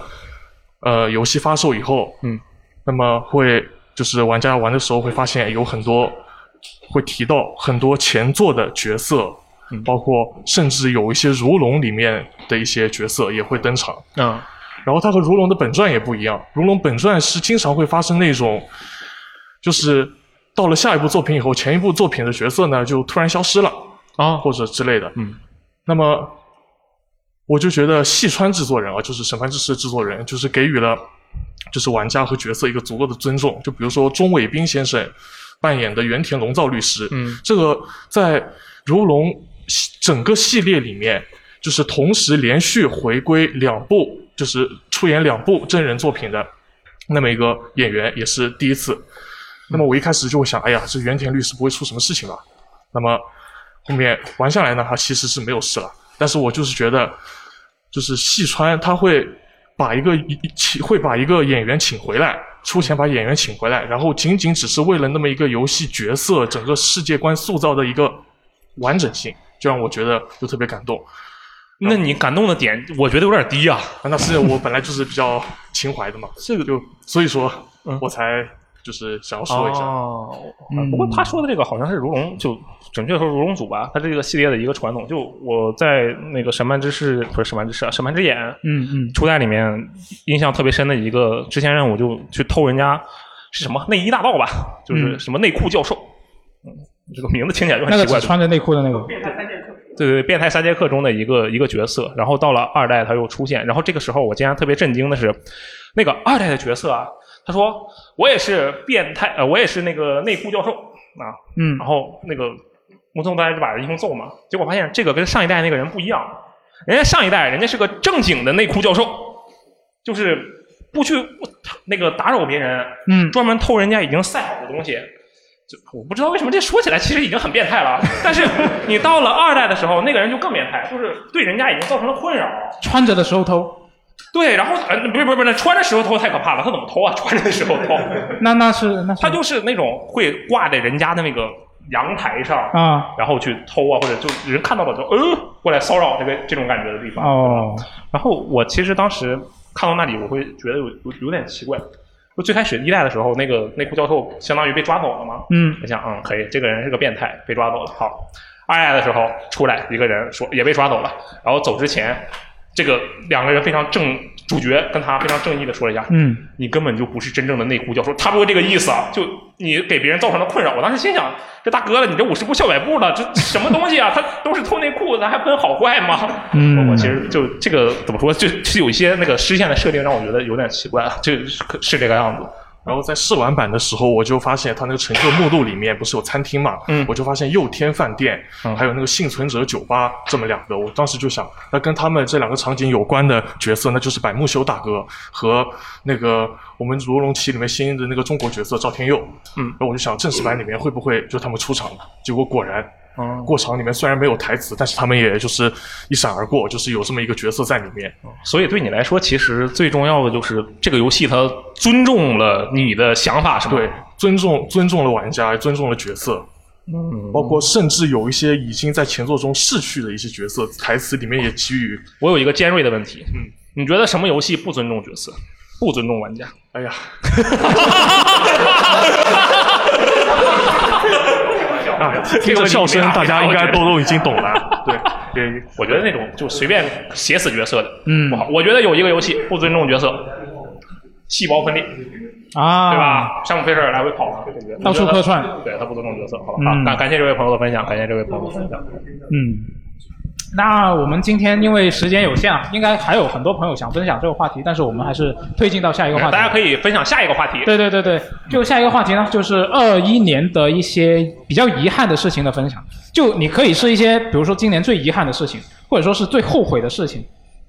呃游戏发售以后，
嗯，
那么会就是玩家玩的时候会发现哎有很多会提到很多前作的角色，
嗯
包括甚至有一些如龙里面的一些角色也会登场。
嗯，
然后它和如龙的本传也不一样，如龙本传是经常会发生那种，就是到了下一部作品以后，前一部作品的角色呢就突然消失了
啊，
或者之类的。
嗯，
那么我就觉得细川制作人啊，就是《审判之誓》制作人，就是给予了就是玩家和角色一个足够的尊重。就比如说中尾彬先生扮演的原田龙造律师，
嗯
这个在如龙系整个系列里面，就是同时连续回归两部，就是出演两部真人作品的那么一个演员，也是第一次。那么我一开始就会想，哎呀，这原田律师不会出什么事情吧？那么后面玩下来呢，他其实是没有事了。但是我就是觉得，就是细川他会把一个一一请会把一个演员请回来，出钱把演员请回来，然后仅仅只是为了那么一个游戏角色整个世界观塑造的一个完整性，就让我觉得就特别感动。
那你感动的点，我觉得有点低啊。
那是我本来就是比较情怀的嘛，
这个嗯
就所以说我才就是想要说一下。
哦，不
嗯
过他说的这个好像是如龙，就准确说如龙组吧，他这个系列的一个传统。就我在那个《审判之誓》不是《审判之誓》啊，《审判之眼》
嗯嗯，
初代里面印象特别深的一个支线任务，就去偷人家是什么内衣大盗吧，就是
嗯
什么内裤教授。嗯，这个名字听起来就很
那个
奇怪。
只穿着内裤的那个，
对对，对变态三剑客中的一个一个角色，然后到了二代他又出现，然后这个时候我竟然特别震惊的是，那个二代的角色啊，他说我也是变态，呃，我也是那个内裤教授啊，
嗯
然后那个木村大家就把人英雄揍嘛，结果发现这个跟上一代那个人不一样，人家上一代人家是个正经的内裤教授，就是不去那个打扰别人，
嗯，
专门偷人家已经晒好的东西。就我不知道为什么这说起来其实已经很变 态了，但是你到了二代的时候，那个人就更变态，就是对人家已经造成了困扰。
穿着的时候偷。
对，然后呃，不是不是不是，穿着石头偷太可怕了，他怎么偷啊？穿着石头偷？
那那是那
他就是那种会挂在人家的那个阳台上
啊，
然后去偷啊，或者就人看到了就呃过来骚扰这个这种感觉的地方。
哦，
然后我其实当时看到那里，我会觉得有有有点奇怪。就最开始一代的时候，那个内裤教授相当于被抓走了嘛，
嗯
我想嗯可以，这个人是个变态，被抓走了。好，二代的时候出来一个人说也被抓走了，然后走之前，这个两个人非常正，主角跟他非常正义的说了一下，
嗯，
你根本就不是真正的内裤教授，他不会这个意思啊！就你给别人造成了困扰。我当时心想，这大哥了，你这五十步笑百步了，这什么东西啊？他都是偷内裤，咱还分好坏吗？
嗯
我我其实就这个怎么说，就就有一些那个支线的设定让我觉得有点奇怪，啊就是是这个样子。
然后在试玩版的时候，我就发现它那个成就目录里面不是有餐厅嘛，
嗯
我就发现佑天饭店、还有那个幸存者酒吧这么两个，我当时就想，那跟他们这两个场景有关的角色，那就是百慕修大哥和那个我们《如龙七》里面新的那个中国角色赵天佑，
嗯
然后我就想正式版里面会不会就他们出场了？结果果然。
嗯，
过场里面虽然没有台词，但是他们也就是一闪而过，就是有这么一个角色在里面。
哦所以对你来说，其实最重要的就是这个游戏它尊重了你的想法，是吧？
对，尊重尊重了玩家，尊重了角色，
嗯，
包括甚至有一些已经在前作中逝去的一些角色，台词里面也给予，
我有一个尖锐的问题，
嗯，
你觉得什么游戏不尊重角色，不尊重玩家？
哎呀，
哎
啊，听着笑声，大家应该都都已经懂了，对，也
啊我觉得那种就随便写死角色的
嗯
不好。我觉得有一个游戏不尊重角色，细胞分裂，
啊，
对？吧？山姆菲舍尔来回跑嘛，对不对？
到处客串
我觉得对他不尊重角色，好吧？
嗯
啊感感谢这位朋友的分享，感谢这位朋友的分享。
嗯，那我们今天因为时间有限啊，应该还有很多朋友想分享这个话题，但是我们还是推进到下一个话题。
啊大家可以分享下一个话题。
对对对对，就下一个话题呢，就是二一年的一些比较遗憾的事情的分享。就你可以是一些，比如说今年最遗憾的事情，或者说是最后悔的事情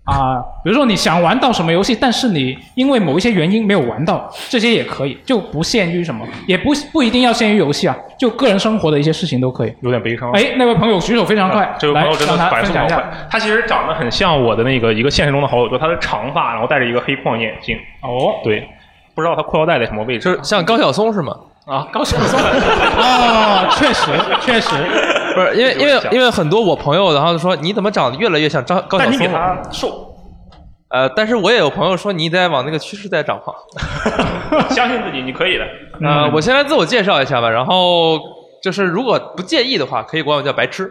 啊、比如说你想玩到什么游戏，但是你因为某一些原因没有玩到，这些也可以，就不限于什么，也不不一定要限于游戏啊，就个人生活的一些事情都可以。
有点悲伤
哎，那位朋友举手非常快，
啊这位朋友
来
真的
让他
白
分
送
享
好
一
快
下。，
他其实长得很像我的那个一个现实中的好友，就他的长发，然后戴着一个黑框眼镜。
哦，
对，不知道他裤腰带在什么位置
就是像高晓松是吗？
啊？高晓松
啊，确实确实，
不是，因为因
有点
为
像
因为很多我朋友，然后说你怎么长得越来越像张高晓
但你比
松了？
他瘦，
呃，但是我也有朋友说你得往那个趋势在长胖。
相信自己，你可以的。
嗯
呃，我先来自我介绍一下吧，然后就是如果不介意的话，可以管我叫白痴。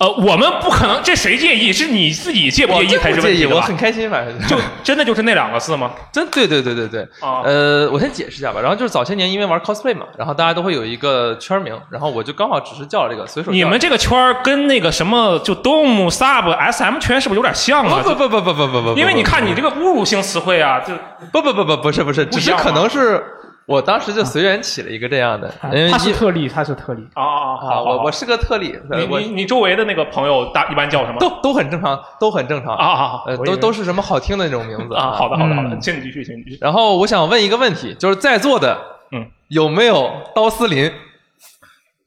呃，我们不可能，这谁介意？是你自己介不
我
介意
真
才是
不
问
介
题
意，
的
我
吧
很？开心，反正就
就真的就是那两个字吗？
真对对对对对。
啊
呃，我先解释一下吧。然后就是早些年因为玩 cosplay 嘛，然后大家都会有一个圈名，然后我就刚好只是叫这个，随手叫
你们这个圈儿跟那个什么就 Dom Sub SM 圈是不是有点像啊？
不不不不不不不不，
因为你看你这个侮辱性词汇啊，就
不不不不不是不是，只是
一样吗
可能是我当时就随缘起了一个这样的，呃因为
他是
一
特例，他是特例。
啊啊
啊，
好，
我我
我
是个特例，呃
你
我
你你周围的那个朋友大一般叫什么？
都都很正常，都很正常
啊啊啊
呃，
我以为
都都是什么好听的那种名字
啊，好的好的好的，
嗯
请你继续，请你继续。
然后我想问一个问题，就是在座的，
嗯，
有没有刀丝林？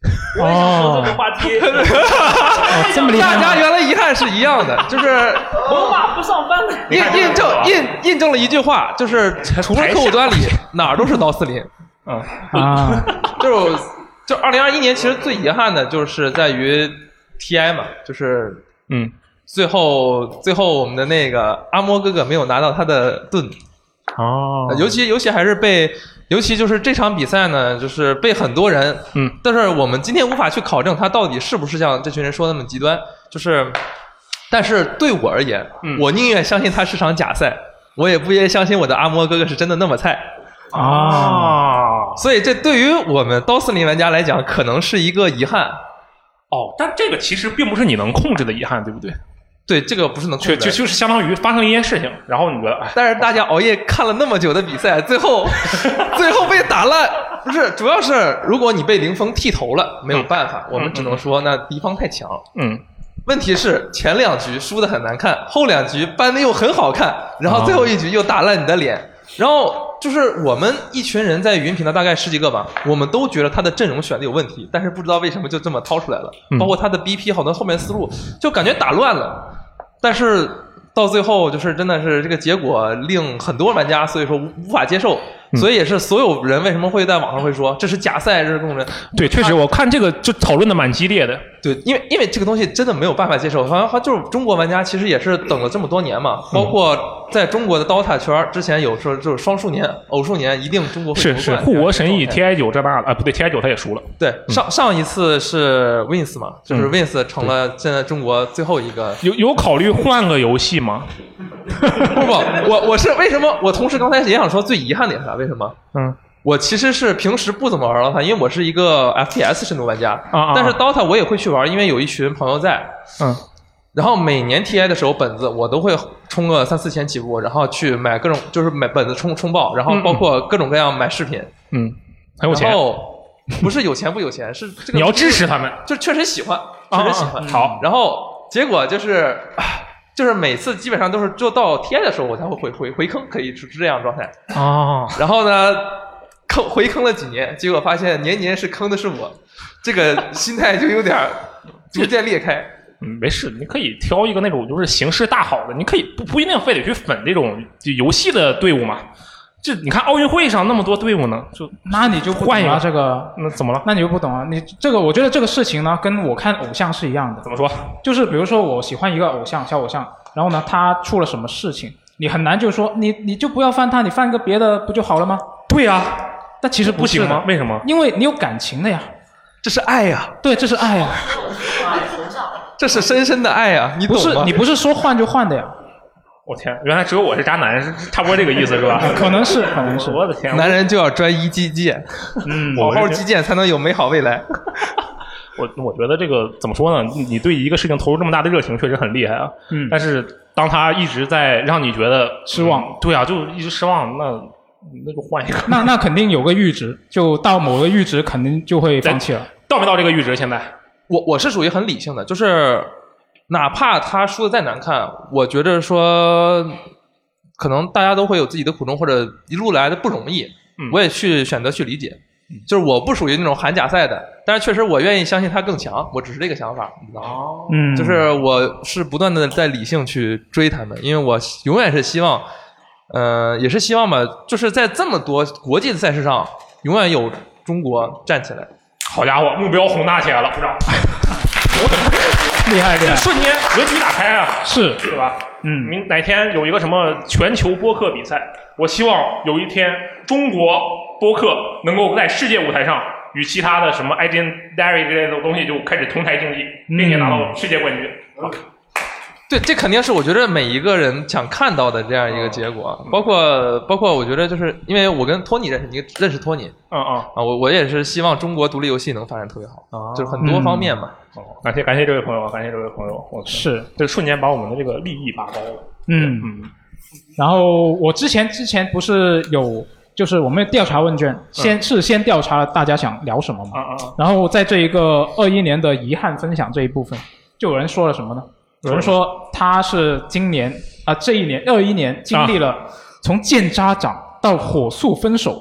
嗯
哦，
话题，
哦这么厉
大
害吗，
家原来遗憾是一样的，就是文化不上班，印印证
啊
印印证了一句话，就是除了客户端里哪儿都是刀丝 林。
嗯
啊，
就是就二零二一年，其实最遗憾的就是在于 TI 嘛，就是
嗯，
最后最后我们的那个阿莫哥哥没有拿到他的盾，呃
哦
尤其尤其还是被，尤其就是这场比赛呢，就是被很多人，
嗯，
但是我们今天无法去考证他到底是不是像这群人说的那么极端，就是，但是对我而言，
嗯
我宁愿相信他是场假赛，我也不愿意相信我的阿莫哥哥是真的那么菜。
啊，
啊
所以这对于我们刀四零玩家来讲，可能是一个遗憾。
哦，但这个其实并不是你能控制的遗憾，对不对？
对，这个不是能控
就
制
就
的。
就是相当于发生一件事情，然后你觉得哎。
但是大家熬夜看了那么久的比赛，最 后最后被打烂，不是，主要是如果你被零封剃头了，没有办法，我们只能说那敌方太强。
嗯，
问题是前两局输的很难看，后两局扳的又很好看，然
哦
后最后一局又打烂你的脸。然后就是我们一群人在云频道大概十几个吧，我们都觉得他的阵容选的有问题，但是不知道为什么就这么掏出来了，包括他的 BP 好多后面思路就感觉打乱了。但是到最后就是真的是这个结果令很多玩家所以说无无法接受，
嗯
所以也是所有人为什么会在网上会说这是假赛，这是共振。
对，确实我看这个就讨论的蛮激烈的。
对，因为因为这个东西真的没有办法接受，好像好像就是中国玩家其实也是等了这么多年
嗯
嘛，包括在中国的 DOTA 圈儿之前有说就是双数年、偶数年，一定中国会
是
夺
是，
冠
护国神翼 TI 九这那的啊，不对，TI 九他也输了。
对，上上一次是 Wins 嘛，就是 Wins 成了现在中国最后一个。
嗯有有考虑换个游戏吗？
不不，我我是为什么？我同事刚才也想说最遗憾的是啥？为什么？
嗯，
我其实是平时不怎么玩 DOTA，因为我是一个 FPS 深度玩家。
啊啊
但是 DOTA 我也会去玩，因为有一群朋友在。
嗯。
然后每年 TI 的时候，本子我都会充个三四千起步，然后去买各种就是买本子充充爆，然后包括各种各样买饰品。
嗯，很有钱
然。后不是有钱不有钱， 是这个
你要支持他们。
就确实喜欢，确实喜欢。
啊啊好
然后结果就是， 唉就是每次基本上都是就到 TI 的时候，我才会回回回坑，可以是这样的状态。
哦，
然后呢，坑回坑了几年，结果发现年年是坑的是我，这个心态就有点儿逐渐裂开。
嗯，没事，你可以挑一个那种就是形势大好的，你可以不不一定非得去粉这种就游戏的队伍嘛。这你看奥运会上那么多队伍呢，就
那你就不懂
换一
了
个
这个，
那怎么了？
那你就不懂了。你这个，我觉得这个事情呢，跟我看偶像是一样的。
怎么说？
就是比如说我喜欢一个偶像小偶像，然后呢，他出了什么事情，你很难就说你你就不要翻他，你翻个别的不就好了吗？
对呀、啊，
但其实
不
是
行啊
的
吗？为什么？
因为你有感情的呀，
这是爱呀、
对，这是爱呀，
这是深深的爱啊呀、你
不
懂
是
吗？
你不是说换就换的呀，
我天，原来只有我是渣男，是差不多这个意思是吧？
可能 是可能是。
我的 天，啊
男人就要专一击剑，
嗯，
好
我
好
是
击剑才能有美好未来。
我我觉得这个怎么说呢？你对一个事情投入这么大的热情，确实很厉害啊。
嗯
但是当他一直在让你觉得
失望
嗯对啊，就一直失望，那那就换一个。
那那肯定有个阈值，就到某个阈值肯定就会放弃了。
到没到这个阈值？现在
我我是属于很理性的，就是哪怕他说的再难看，我觉着说可能大家都会有自己的苦衷，或者一路来的不容易
嗯，
我也去选择去理解。就是我不属于那种喊假赛的，但是确实我愿意相信他更强，我只是这个想法，你知道吗？
哦
嗯
就是我是不断的在理性去追他们，因为我永远是希望，呃，也是希望吧，就是在这么多国际的赛事上，永远有中国站起来。
好家伙，目标宏大起来了，鼓掌！
厉害厉害，
瞬间格局打开啊，
是
是吧？
嗯，
明哪天有一个什么全球播客比赛，我希望有一天中国播客能够在世界舞台上与其他的什么 IGN Diary 之类的东西就开始同台竞技，并且拿
嗯
到世界冠军。
对，这肯定是我觉得每一个人想看到的这样一个结果，
嗯
包括包括我觉得就是因为我跟托尼认识，你认识托尼
嗯嗯，
啊，我我也是希望中国独立游戏能发展特别好，就是很多方面嘛。
好，哦嗯感谢感谢这位朋友，感谢这位朋友，我
是
这瞬间把我们的这个利益拔高了。
嗯。
嗯，
然后我之前之前不是有，就是我们调查问
嗯
卷，先、是先调查了大家想聊什么嘛。
啊啊啊，
然后在这一个二一年的遗憾分享这一部分，就有人说了什么呢？有人说他是今年啊、这一年二一年经历
啊
了从见家长到火速分手，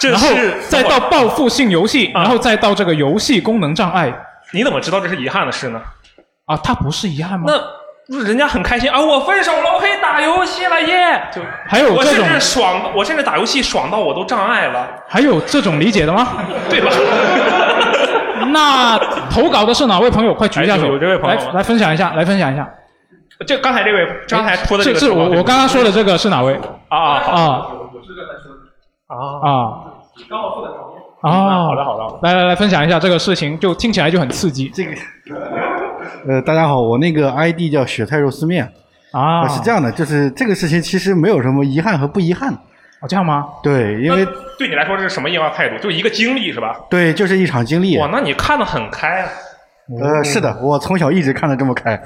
这
然后
是
再到报复性游戏，
啊
然后再到这个游戏功能障碍
你怎么知道这是遗憾的事呢？
啊，他不是遗憾吗？
那人家很开心啊，我分手了，我可以打游戏了耶！就
还有
我
这
甚
种
至爽，我甚至打游戏爽到我都障碍了，
还有这种理解的吗？
对吧？
那投稿的是哪位朋友？快举一下
哎
手，
有有这位朋友
来来分享一下，来分享一下。
这刚才这位刚才说的这
是
个
是我我刚刚说的这个是哪位？
啊啊好
啊
啊
啊啊！
好的好的好的，
来来来，分享一下这个事情，就听起来就很刺激
呃，大家好，我那个 ID 叫雪菜肉丝面。
啊！
呃是这样的，就是这个事情其实没有什么遗憾和不遗憾。
哦，这样吗？
对，因为
那对你来说这是什么异样态度？就一个经历是吧？
对，就是一场经历。
哇，那你看的很 开啊！
呃，是的，我从小一直看得这么开。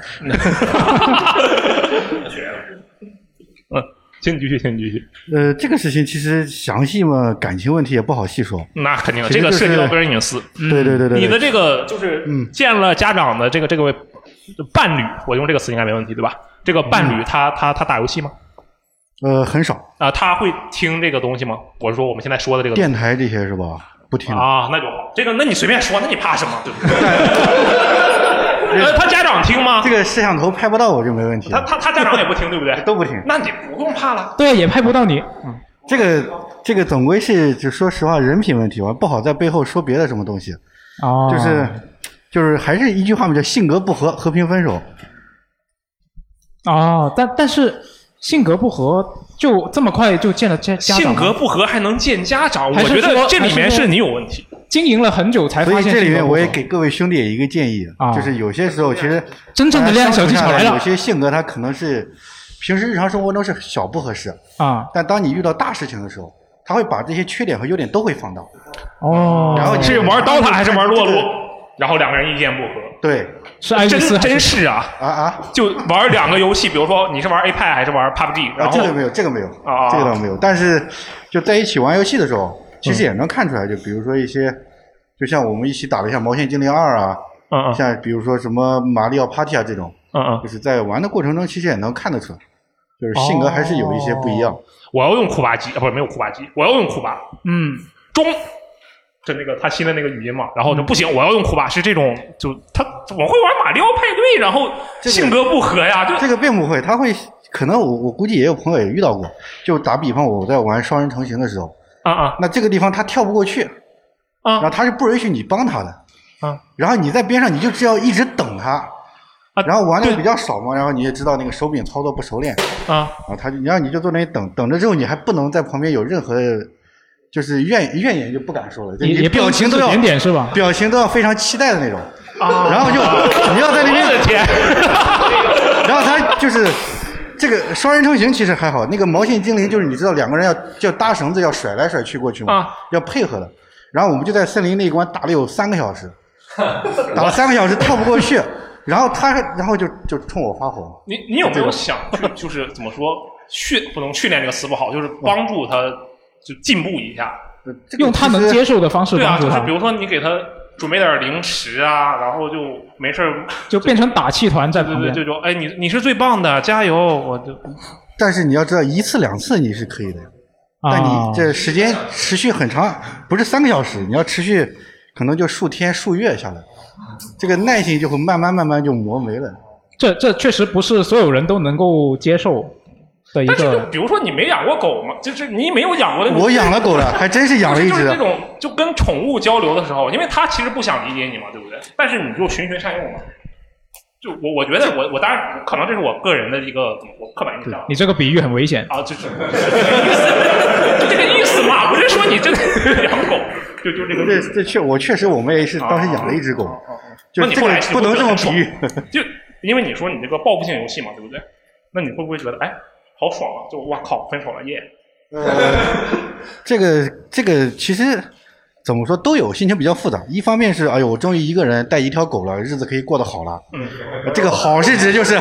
嗯，请你继续，请你继续。
呃，这个事情其实详细嘛，感情问题也不好细说。
那肯定，
其
这
实
个
就是
涉及到个人隐私。
对对对对
嗯你
对，
的这个就是见了家长的这个这个位伴侣，我用这个词应该没问题对吧？这个伴侣他他他打游戏吗？
呃，很少
啊，他会听这个东西吗？我是说我们现在说的这个啊
电台这些是吧？不听。
啊，那就好。这个那你随便说，那你怕什么？对不对？呃他家长听吗？
这个摄像头拍不到我就没问题了。
他他他家长也不听，对不对？
都不听。
那你不用怕了。
对，也拍不到你。
嗯，这个这个总归是，就说实话，人品问题吧，不好在背后说别的什么东西。
哦
就是就是还是一句话嘛，叫性格不合，和平分手。
哦，但但是性格不合，就这么快就见了家家长
性
吗
格不合还能见家长，
还
我
是
觉得
说
这里面
还是说
是你有问题。
经营了很久才
所
发
以
现
这里
性格
面
不合
我也给各位兄弟一个建议，
啊
就是有些时候其实
真正的恋爱小技巧来了
有些性格他可能是平时日常生活中是小不合适，
啊，
但当你遇到大事情的时候，他会把这些缺点和优点都会放大。
哦
然后你
是玩刀塔还是玩洛洛？然后两个人意见不合。
对，
是
真真是啊
啊啊！
就玩两个游戏，比如说你是玩 A 派还是玩 PUBG，然
啊，
后
这个没有，这个没有，
啊
这个倒没有。但是就在一起玩游戏的时候，其实也能看出来，就比如说一些，就像我们一起打的像《毛线精灵二》啊，
嗯嗯
像比如说什么《马里奥 Party》啊这种，
嗯嗯，
就是在玩的过程中，其实也能看得出来，就是性格还是有一些不一样。
哦我要用库巴基，啊，不是没有库巴基，我要用库巴，
嗯，
中，就那个他新的那个语音嘛，然后就不行，我要用库巴，是这种，就他怎么会玩马里奥派对，然后性格不合呀？就
这个并不会，他会可能我我估计也有朋友也遇到过，就打比方我在玩双人成行的时候，
啊啊，
那这个地方他跳不过去，
啊，
然后他是不允许你帮他的，
啊，
然后你在边上你就只要一直等他。然后玩的比较少嘛，然后你也知道那个手柄操作不熟练，
啊
啊，他就然后你就坐那里等，等着之后你还不能在旁边有任何的，就是怨怨言就不敢说了，就
也
你
也不能
表情
指
都
指
要
点点是吧
表情都要非常期待的那种，
啊
然后就你要在那边，
我的天，
然后他就是这个双人成行其实还好，那个毛线精灵就是你知道两个人要要搭绳子要甩来甩去过去嘛，
啊
要配合的。然后我们就在森林那一关打了有三个小时， 打了三个小时跳不过去，然后他然后就就冲我发火，
你你有没有想去，就是怎么说训不能训练这个词不好，就是帮助他就进步一下，
用他能接受的方式
对啊，
帮助
就是
他
比，如说你给他准备点零食啊，然后就没事儿
就变成打气团在旁
对
边。
对，就哎，你你是最棒的，加油！我就
但是你要知道，一次两次你是可以的呀，
啊
但你这时间持续很长，不是三个小时，你要持续可能就数天数月下来，这个耐性就会慢慢慢慢就磨没了。
这这确实不是所有人都能够接受的一
但是就
个。
比如说你没养过狗吗？就是你没有养过的，
我养了狗 了，还真是养了一
就是
只
这。种就跟宠物交流的时候，因为它其实不想理解你嘛，对不对？但是你就循循善诱嘛。就我我觉得我我当然可能这是我个人的一个怎么我刻板印象
你这个比喻很危险。
啊，就是 就这个意思嘛，不是说 你真的养狗，就就这个意
这
思。
这确我确实我们也是当时养了一只狗，就
那你
这
后
个
来是
不能这么比喻。
就因为你说你这个报复性游戏嘛，对不对？那你会不会觉得哎，好爽啊？就哇靠，分手了耶！
呃这个这个其实怎么说都有，心情比较复杂。一方面是哎呦，我终于一个人带一条狗了，日子可以过得好了。
嗯，
这个好是指就是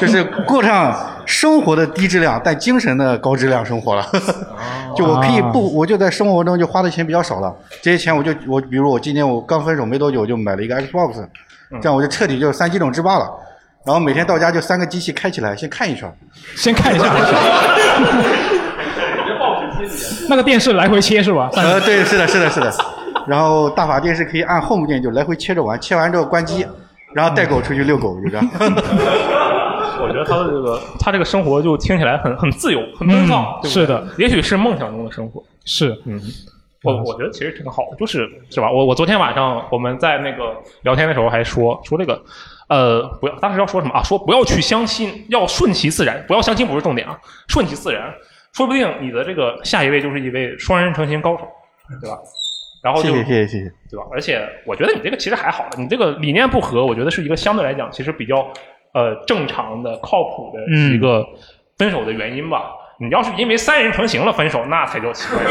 就是过上生活的低质量，但精神的高质量生活了。 就我可以
啊
不，我就在生活中就花的钱比较少了，这些钱我就我比如我今年我刚分手没多久，我就买了一个 Xbox，这样我就彻底就三机种制霸了。然后每天到家就三个机器开起来，先看一圈。
先看一下，那个电视来回切是吧？
呃，对，是的，是的，是的。然后大法电视可以按 home 键就来回切着玩，切完之后关机，然后带狗出去遛狗，就这样。
我觉得他的这个 他这个生活就听起来很很自由，很奔放，
嗯
对不对
是的，
也许是梦想中的生活。
是，
嗯，我我觉得其实挺好的，就是是吧？我我昨天晚上我们在那个聊天的时候还说说这个。呃，不要，当时要说什么啊？说不要去相亲，要顺其自然。不要相亲不是重点啊，顺其自然，说不定你的这个下一位就是一位双人成行高手，对吧？然后
谢
就
谢，谢谢，谢谢。
对吧？而且我觉得你这个其实还好，你这个理念不合，我觉得是一个相对来讲其实比较呃正常的、靠谱的
嗯
一个分手的原因吧。你要是因为三人成行了分手，那才叫奇 怪。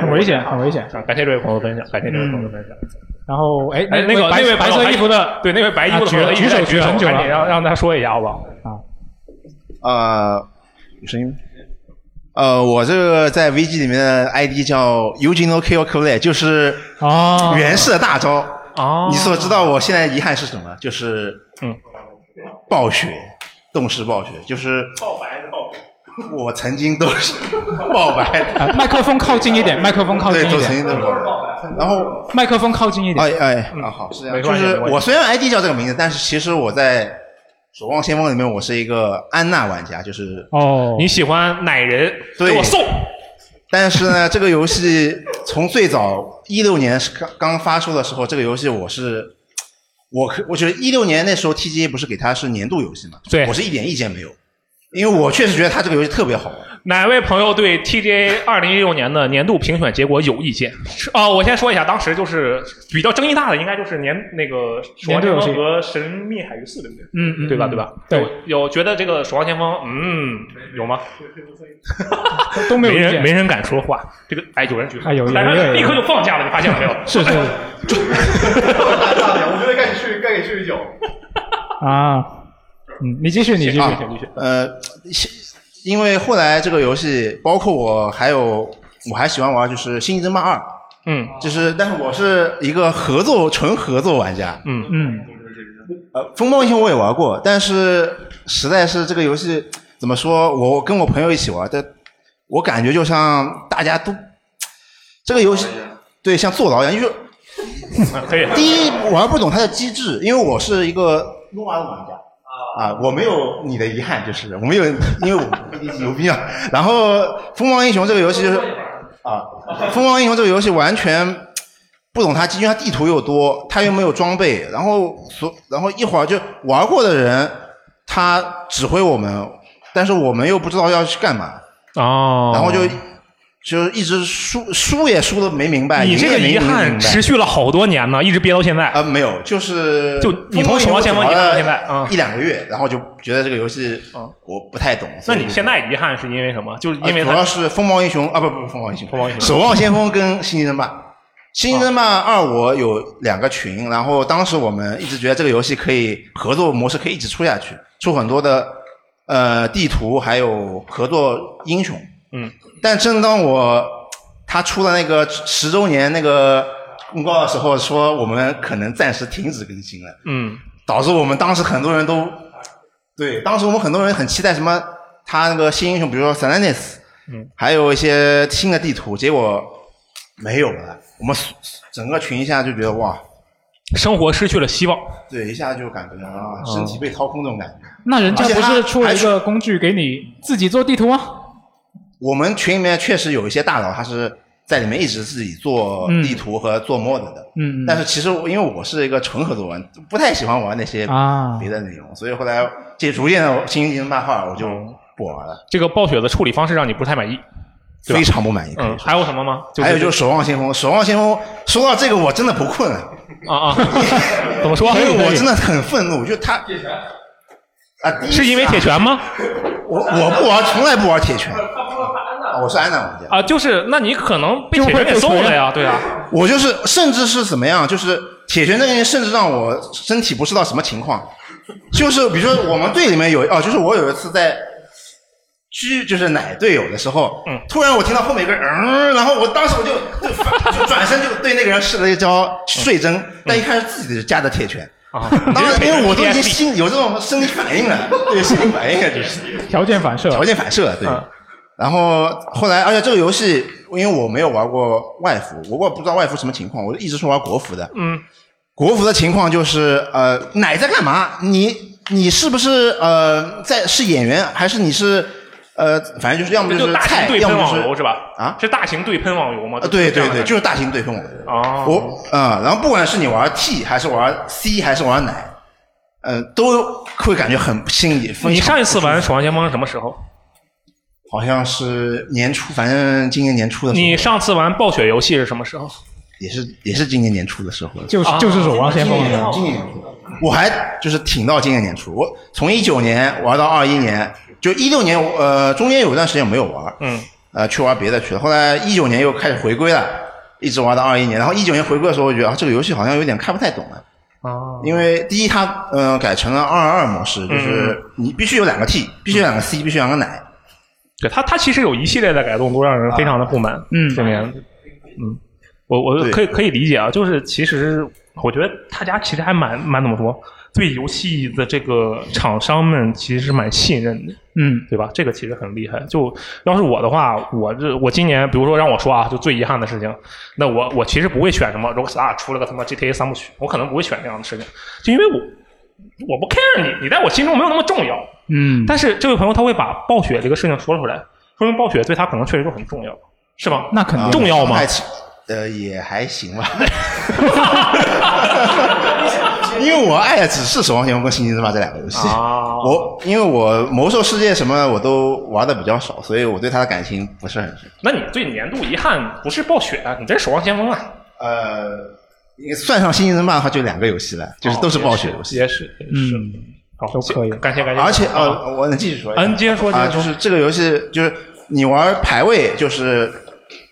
很危险，很危险。嗯
啊感谢这位朋友分享，感谢这位朋友分享。
然后，哎，
哎，那个
白
那位
白
朋友
色
还
衣服的，
对那位白衣服的
啊
朋友
举
一直在
手举很久
赶
了
紧让让他说一下好不好？
呃，
声音。
呃，我这个在 VG 里面的 ID 叫 Eugenio Kill Clay，就是
哦
啊
袁氏的大招。
哦
你所知道我现在遗憾是什么？就是
嗯，
暴雪，动视暴雪，就是
告白告白。
我曾经都是暴白的，
啊麦克风靠近一点，麦克风靠近
对，
一
都曾经
点。
都是暴白。然后
麦克风靠近一嗯
点。哎哎，啊好，是这样。
没
就
关系
是
没关系
我虽然 ID 叫这个名字，但是其实我在《守望先锋》里面我是一个安娜玩家，就是
哦，
你喜欢奶人，
对，
给我送。
但是呢，这个游戏从最早一六年是刚刚发售的时候，这个游戏我是我可我觉得一六年那时候 TGA 不是给它是年度游戏嘛，
对
我是一点意见没有，因为我确实觉得它这个游戏特别好玩。
哪位朋友对 TGA 二零一六年的年度评选结果有意见？啊、我先说一下，当时就是比较争议大的，应该就是年那个《守望
年度游
先锋
戏》
和《神秘海域四》，对不对？
嗯嗯
对吧？
嗯
对吧？
对
有有觉得这个《守望先锋》，嗯，有吗？
都没有意见
人没人敢说话。这个哎，有人举手，
哎有有
但
有有
是
有
立刻就放下了，你发现了没有？
是是
我觉得该你去，该你去酒。
啊，嗯，你继续，你继续，
啊
你继续。
呃，其因为后来这个游戏，包括我还有我还喜欢玩就是《星际争霸二》，
嗯，
就是但是我是一个合作纯合作玩家，
嗯
嗯，
呃，风暴英雄我也玩过，但是实在是这个游戏怎么说，我跟我朋友一起玩，但我感觉就像大家都这个游戏对像坐牢一样，就是
可以。
第一玩不懂它的机制，因为我是一个 n o 玩家啊，我没有你的遗憾，就是我没有， 因为我牛逼啊。然后《疯狂英雄》这个游戏就是啊，《疯狂英雄》这个游戏完全不懂它机制，因为它地图又多，它又没有装备，然后所然后一会儿就玩过的人他指挥我们，但是我们又不知道要去干嘛，
哦
然后就。就是一直输，输也输的没明白。
你这个
赢也
遗
没赢明
憾
白
持续了好多年呢，一直憋到现在。
啊，没有，就是
就你从守望先锋遗憾到现在
玩了一两个月，然后就觉得这个游戏我不太懂。
那
所
嗯
以
你现在遗憾是因为什么？就是
啊
因为
主
它
要是《风暴英雄》啊，不不，《风暴英雄》《
疯狂英雄哦
守望先锋》跟《星际争霸》。《星际争霸二》我有两个群，然后当时我们一直觉得这个游戏可以合作模式可以一直出下去，出很多的呃地图，还有合作英雄。
嗯，
但正当我呃他出了那个十周年那个公告的时候，说我们可能暂时停止更新了。
嗯，
导致我们当时很多人都，对，当时我们很多人很期待什么，他那个新英雄，比如说 s a l a n i s
嗯，
还有一些新的地图，结果没有了。我们整个群一下就觉得哇，
生活嗯失去了希望。
对，一下就感觉啊，身体被掏空这种感觉。
那人家
而且
不
他
是出了
还
一个工具给你自己做地图吗？
我们群里面确实有一些大佬，他是在里面一直自己做
嗯
地图和做 mod 的，
嗯嗯
但是其实我因为我是一个纯合作玩，不太喜欢玩那些
啊
别的内容，所以后来这逐渐的新型漫画我就不玩了，
这个暴雪的处理方式让你不太满意，对吧
非常不满意。可以
嗯，
说
还有什么吗？
还有就是《守望先锋》，《守望先锋》说到这个我真的不困了，
啊啊， 怎么说？
因为我真的很愤怒，就他啊，第一次啊
是因为铁拳吗？
我我不玩，从来不玩铁拳，啊我是安娜玩家，
啊，就是那你可能被铁拳给揍了呀，对啊，
我就是甚至是怎么样，就是铁拳这个人甚至让我身体不适到什么情况，就是比如说我们队里面有哦，就是我有一次在狙就是奶队友的时候，嗯，突然我听到后面有个人嗯，然后我当时我就就反就转身就对那个人试了一招睡针，但一看是自己家的铁拳。
啊，
当然，因为我都已经心有这种生理反应了，对，生理反应了，就是
条件反射。
条件反射了，对。然后后来，而且这个游戏，因为我没有玩过外服，我我不知道外服什么情况，我一直是玩国服的。
嗯，
国服的情况就是，呃，奶在干嘛？你你是不是呃在是演员，还是你是呃，反正就是要么
这
就是
就大型
菜，
对
要
喷
么就
网
是
游是吧？
啊
是大型对喷网游吗？
呃，对对对，就是是大型对喷网游。
哦，
我啊、然后不管是你玩 T 还是玩 C 还是玩奶，呃，都会感觉很心里非
你
常
上一次玩《守望先锋》是什么时候？
好像是年初，反正今年年初的时候，
你上次玩暴雪游戏是什么时候？
也是也是今年年初的时候了。
就是
啊
就是守望先锋啊，
今
嗯
年年初，我还就是挺到今年年初，我从一九年玩到二一年，就一六年我呃中间有一段时间没有玩，
嗯，
呃去玩别的去了。后来一九年又开始回归了，一直玩到二一年。然后一九年回归的时候，我觉得、啊、这个游戏好像有点看不太懂了。
啊，
因为第一它，呃改成了二二模式，就是
嗯
你必须有两个 T，必须有两个 C，必须有两个奶。
对他，他其实有一系列的改动都让人非常的不满。
嗯
这边，嗯，我我
对
可以可以理解啊，就是其实我觉得大家其实还蛮蛮怎么说，对游戏的这个厂商们其实是蛮信任的，
嗯，
对吧？这个其实很厉害。就要是我的话，我这我今年，比如说让我说啊，就最遗憾的事情，那我我其实不会选什么 Rockstar 出了个他妈 GTA 三部曲，我可能不会选这样的事情，就因为我我不 care 你，你在我心中没有那么重要。
嗯
但是这位朋友他会把暴雪这个事情说出来，说明暴雪对他可能确实就很重要，是吧？
那
肯定重要吗
啊还行呃，也还行吧。因为我爱的只是《守望先锋》跟《星际争霸》这两个游戏。
啊
我因为我魔兽世界什么我都玩的比较少，所以我对它的感情不是很深。
那你对年度遗憾不是暴雪啊，你这是守望先锋啊。
呃，算上《星际争霸》的话，就两个游戏了，就是哦都是暴雪游戏。
也哦是，
嗯，
好，
都可以，
感谢感谢。
而且呃，我能继续说一下吗。
嗯接着说
啊，
接着
就
说
是这个游戏，就是你玩排位，就是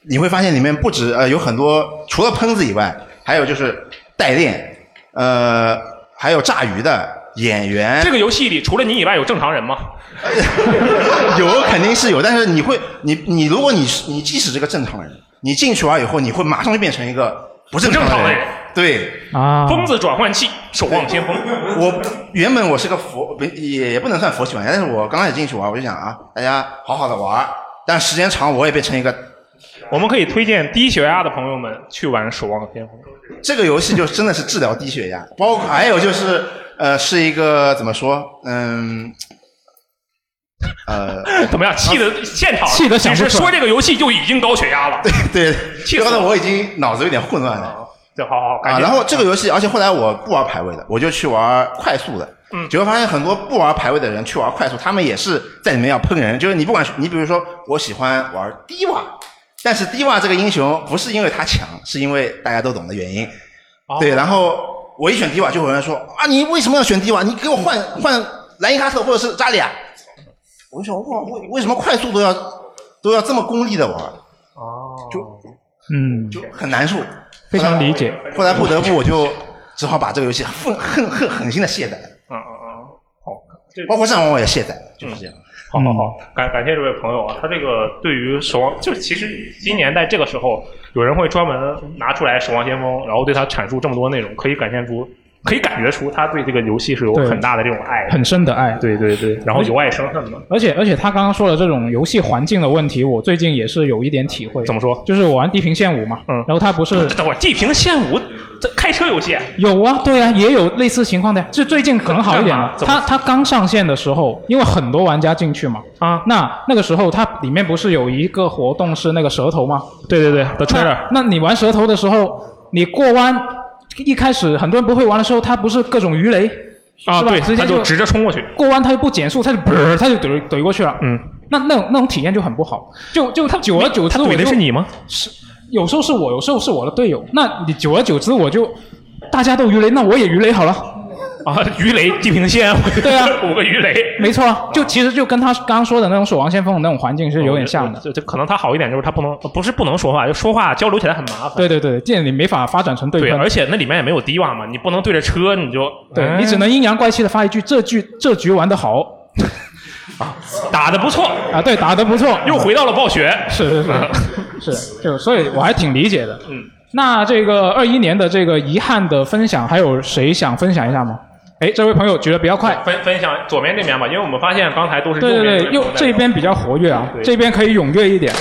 你会发现里面不止呃有很多，除了喷子以外，还有就是代练，呃，还有炸鱼的演员。
这个游戏里除了你以外有正常人吗？
啊 有肯定是有，但是你会，你你如果你是你即使是个正常人，你进去玩以后，你会马上就变成一个不正
不正常
常
的
的
人
人。对，
啊，
疯子转换器，守望先锋。
我原本我是个佛，不也也不能算佛系玩家，但是我刚开始进去玩，我就想啊，大家好好的玩，但时间长我也变成一个
我们可以推荐低血压的朋友们去玩守望先锋。
这个游戏就真的是治疗低血压，包括还有就是呃，是一个怎么说，嗯，呃，
怎么样？气的现场，
气得想
你
不出来
是说这个游戏就已经高血压了？
对，
气死
搞
了
得我已经脑子有点混乱了。
对，好好，感
啊，
谢。嗯
然后这个游戏，而且后来我不玩排位的，我就去玩快速的。
嗯
结果发现很多不玩排位的人去玩快速，他们也是在里面要喷人。就是你不管你比如说，我喜欢玩低瓦，但是低瓦这个英雄不是因为他强，是因为大家都懂的原因。
哦
对，然后我一选低瓦，就有人说啊，你为什么要选低瓦？你给我换换莱因哈特或者是扎里亚。我就想，哇，为为什么快速都要都要这么功利的玩？
哦，
嗯，
就很难受。
非常理解。
后来不得不我就只好把这个游戏恨恨恨狠心的卸载，
嗯嗯嗯，好，这嗯
包括战王我也卸载，就是这样。
好好好，感感谢这位朋友啊，他这个对于守望，就是其实今年在这个时候，有人会专门拿出来《守望先锋》，然后对他阐述这么多内容，可以感现出，可以感觉出他对这个游戏是有
对
很大的这种爱的，
很深的爱。
对对对，然后由爱生恨嘛。
而且而且他刚刚说的这种游戏环境的问题，我最近也是有一点体会。
怎么说
就是我玩《地平线五》嘛，
嗯
然后他不是
等会儿《地平线五》这开车游戏，
有啊，对啊，也有类似情况的呀。就最近可能好一点了。
怎么
它它刚上线的时候，因为很多玩家进去嘛，
啊
那那个时候它里面不是有一个活动是那个蛇头吗？
对对对，The
那那你玩蛇头的时候，你过弯一开始很多人不会玩的时候，它不是各种鱼雷
啊，
是吧
对，
直接
他就直着冲过去，
过弯，它就不减速，它就嘣，它就怼怼过去了。
嗯，
那那种那种体验就很不好，就就它久而久之，
他怼的
我就是
你吗？
有时候是我，有时候是我的队友。那你久而久之，我就大家都鱼雷，那我也鱼雷好了。
啊，鱼雷地平线，
对啊
五个鱼雷。
没错啊，就其实就跟他刚刚说的那种守望先锋的那种环境是有点像的。
这这可能他好一点，哦就是他不能不是不能说话，就说话交流起来很麻烦。
对对对，这你没法 发展成对
对，
喷
而，且那里面也没有低瓦嘛，你不能对着车，你就
对你只能阴阳怪气的发一句：“这局这局玩得 好
打哎的不错，
啊，对，打得不错。”
又回到了暴雪。
是 是是是，就所以我还挺理解的。
嗯，
那这个二一年的这个遗憾的分享，还有谁想分享一下吗？哎，这位朋友举得比较快，
分分享左边这边吧，因为我们发现刚才都是
对对
边
对，右这边比较活跃啊
对，
这边可以踊跃一点。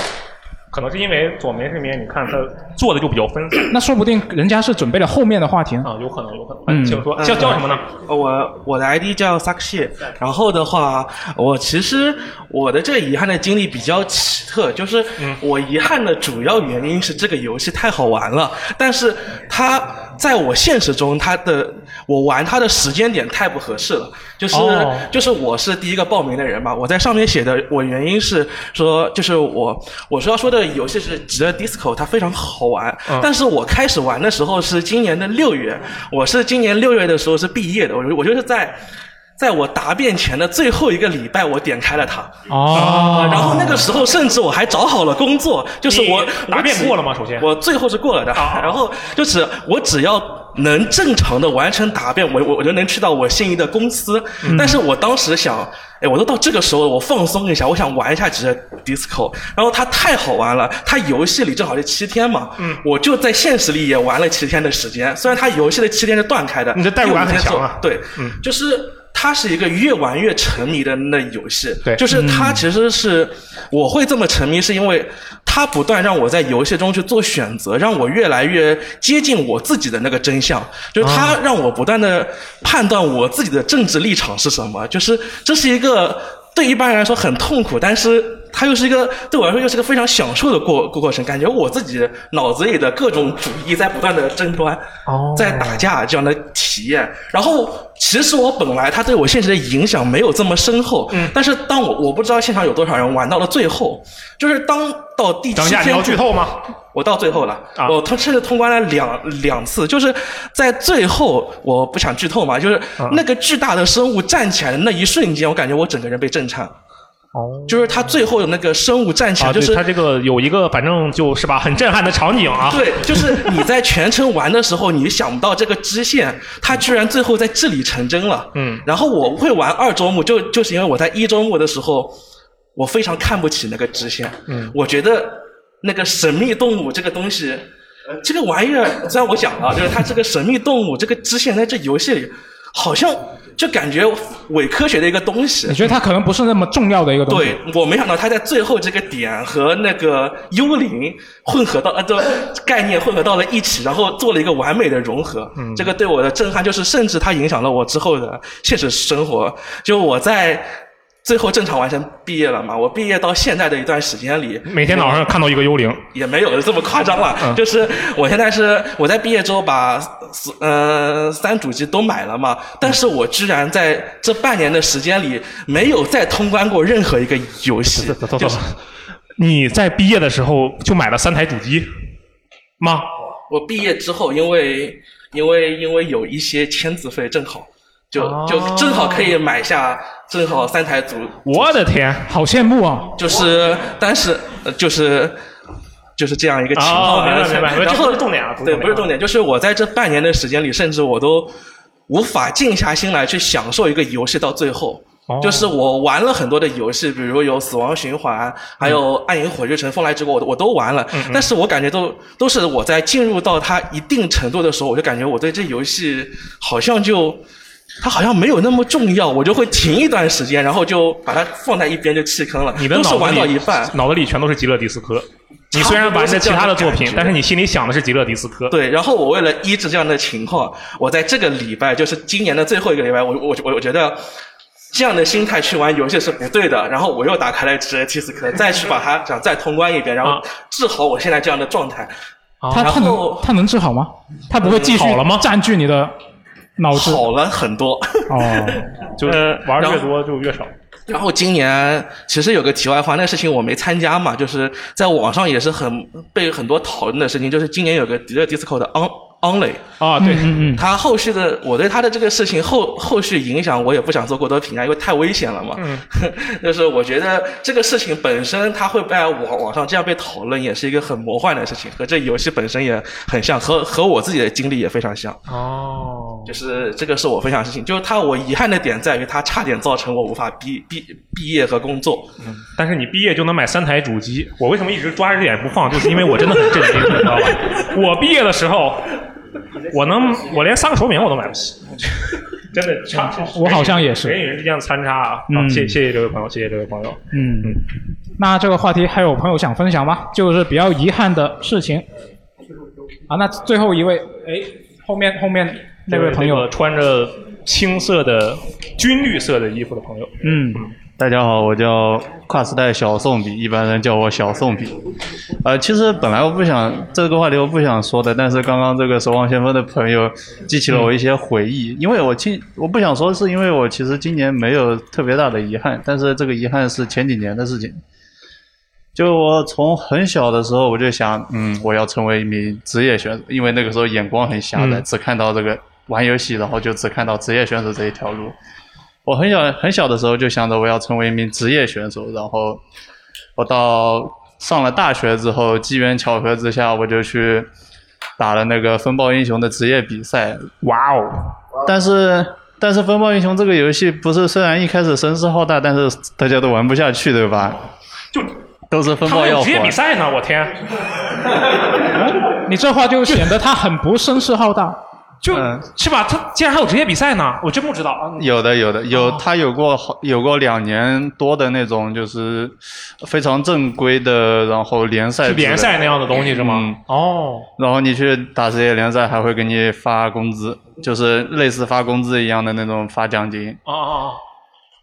可能是因为左边这边，你看他做的就比较分散
那说不定人家是准备了后面的话题呢。
啊，有可能有可能。
嗯
请说叫叫什么呢？
呃我我的 ID 叫 Sakshi，然后的话，我其实我的这个遗憾的经历比较奇特，就是
嗯
我遗憾的主要原因是这个游戏太好玩了，但是它在我现实中它的我玩它的时间点太不合适了，就是、
哦
就是我是第一个报名的人嘛，我在上面写的我原因是说，就是我我说要说的游戏是《极乐 DISCO》，它非常好玩，但是我开始玩的时候是今年的六月，我是今年六月的时候是毕业的，我就我就是在。在我答辩前的最后一个礼拜，我点开了它。
啊
哦
啊然后那个时候，甚至我还找好了工作，就是我
你答辩
我只
过了吗首先
啊我最后是过了的。然后就只我只要能正常的完成答辩，我我我就能去到我心仪的公司。
嗯
但是我当时想，哎，我都到这个时候了，我放松一下，我想玩一下极乐 disco。然后它太好玩了，它游戏里正好是七天嘛，
嗯
我就在现实里也玩了七天的时间。虽然它游戏的七天是断开的，你
的代入感很强啊
对，
嗯
就是它是一个越玩越沉迷的那游戏。
对
就是它其实是我会这么沉迷，是因为它不断让我在游戏中去做选择，让我越来越接近我自己的那个真相。就是
啊
它让我不断的判断我自己的政治立场是什么。就是这是一个对一般人来说很痛苦，但是。它又是一个对我来说又是一个非常享受的过过过程，感觉我自己脑子里的各种主义在不断的争端，
哦
在打架这样的体验。然后其实我本来它对我现实的影响没有这么深厚，嗯，但是当我我不知道现场有多少人玩到了最后，就是当到第七
等一下
天
你要剧透吗？
我到最后了，
啊
我通甚至通关了两两次，就是在最后，我不想剧透嘛，就是
啊
那个巨大的生物站起来的那一瞬间，我感觉我整个人被震颤。
哦，
就是他最后的那个生物站起来，
啊，
就
对，
是
他这个有一个，反正就是吧，很震撼的场景啊。
对，就是你在全程玩的时候，你想不到这个支线，它居然最后在这里成真了。
嗯
然后我会玩二周目，就就是因为我在一周目的时候，我非常看不起那个支线。
嗯
我觉得那个神秘动物这个东西，这个玩意儿，虽然我讲了，就是它这个神秘动物这个支线在这游戏里，好像就感觉伪科学的一个东西。
你觉得它可能不是那么重要的一个东西？
对，我没想到他在最后这个点和那个幽灵混合到呃，这概念混合到了一起，然后做了一个完美的融合。
嗯
这个对我的震撼就是，甚至它影响了我之后的现实生活。就我在最后正常完成毕业了嘛，我毕业到现在的一段时间里，
每天早上看到一个幽灵，
也没有这么夸张了，就是我现在是我在毕业之后把呃三主机都买了嘛，但是我居然在这半年的时间里没有再通关过任何一个游戏，就是
你在毕业的时候就买了三台主机吗？
我毕业之后，因为因为因为有一些签字费，正好就就正好可以买下，正好三台组
我的天，
好羡慕啊！
就是当时呃就是就是这样一个情
哦
况。
明白明白明白
然
这
后
不是重点啊
对，
不
不是
是重点啊
重点，就是我在这半年的时间里，甚至我都无法静下心来去享受一个游戏到最后。
哦
就是我玩了很多的游戏，比如有《死亡循环》，还有《暗影火炬城》《风来之国》，我都我都玩了。
嗯嗯
但是我感觉都都是我在进入到它一定程度的时候，我就感觉我对这游戏好像就它好像没有那么重要，我就会停一段时间，然后就把它放在一边就弃坑了。
你的
都
脑
是
子
玩到
里
一半，
脑子里全都是极乐迪斯科。你虽然玩着其他的 作
啊
品，但是你心里想的是极乐迪斯科。
对，然后我为了医治这样的情况，我在这个礼拜，就是今年的最后一个礼拜，我我我我觉得这样的心态去玩游戏是不对的。然后我又打开了职业 T 四科，再去把它想再通关一遍，然
啊
后治好我现在这样的状态。
它
然
它
后
能它能治好吗？它不会继续
好了吗
占据你的脑子？
好了很多。
哦，
就是玩
呃然
的
后
越多就越少。
然后今年其实有个题外话，那个事情我没参加嘛，就是在网上也是很被很多讨论的事情，就是今年有个 Dear Disco 的 On。Only
啊，
对，嗯嗯
他后续的我对他的这个事情后后续影响，我也不想做过多评价，因为太危险了嘛。
嗯，
就是我觉得这个事情本身，它会在网网上这样被讨论，也是一个很魔幻的事情，和这游戏本身也很像，和和我自己的经历也非常像。
哦，
就是这个是我分享的事情，就是它我遗憾的点在于它差点造成我无法毕毕毕业和工作。
嗯但是你毕业就能买三台主机，我为什么一直抓着这点不放？就是因为我真的很震惊，你知道吧？啊我毕业的时候，我能我连三个手柄我都买不起， 真的差。
我好像也是
人与人之间的参差啊！啊
嗯
谢谢谢这位朋友，谢谢这位朋友。
嗯，嗯，那这个话题还有朋友想分享吗？就是比较遗憾的事情。啊，那最后一位，哎，后面后面那位朋友，
友穿着青色的军绿色的衣服的朋友，
嗯，
大家好，我叫跨时代小宋比，一般人叫我小宋比。呃，其实本来我不想这个话题我不想说的，但是刚刚这个守望先锋的朋友激起了我一些回忆，因为我今我不想说是因为我其实今年没有特别大的遗憾，但是这个遗憾是前几年的事情。就我从很小的时候我就想，嗯，我要成为一名职业选手，因为那个时候眼光很狭窄，
嗯
只看到这个玩游戏，然后就只看到职业选手这一条路。我很小很小的时候就想着我要成为一名职业选手，然后我到上了大学之后，机缘巧合之下，我就去打了那个风暴英雄的职业比赛。哇哦！但是但是风暴英雄这个游戏不是虽然一开始声势浩大，但是大家都玩不下去，对吧？就都是风
他
暴
们
要
有
火
职业比赛呢，我天！
你这话就显得他很不声势浩 大。
就是吧？他竟然还有职业比赛呢，我真不知道。啊
有的，有的，有他有过好有过两年多的那种，就是非常正规的，然后联赛
是联赛那样的东西是吗？
嗯
哦，
然后你去打职业联赛，还会给你发工资，就是类似发工资一样的那种发奖金。
哦哦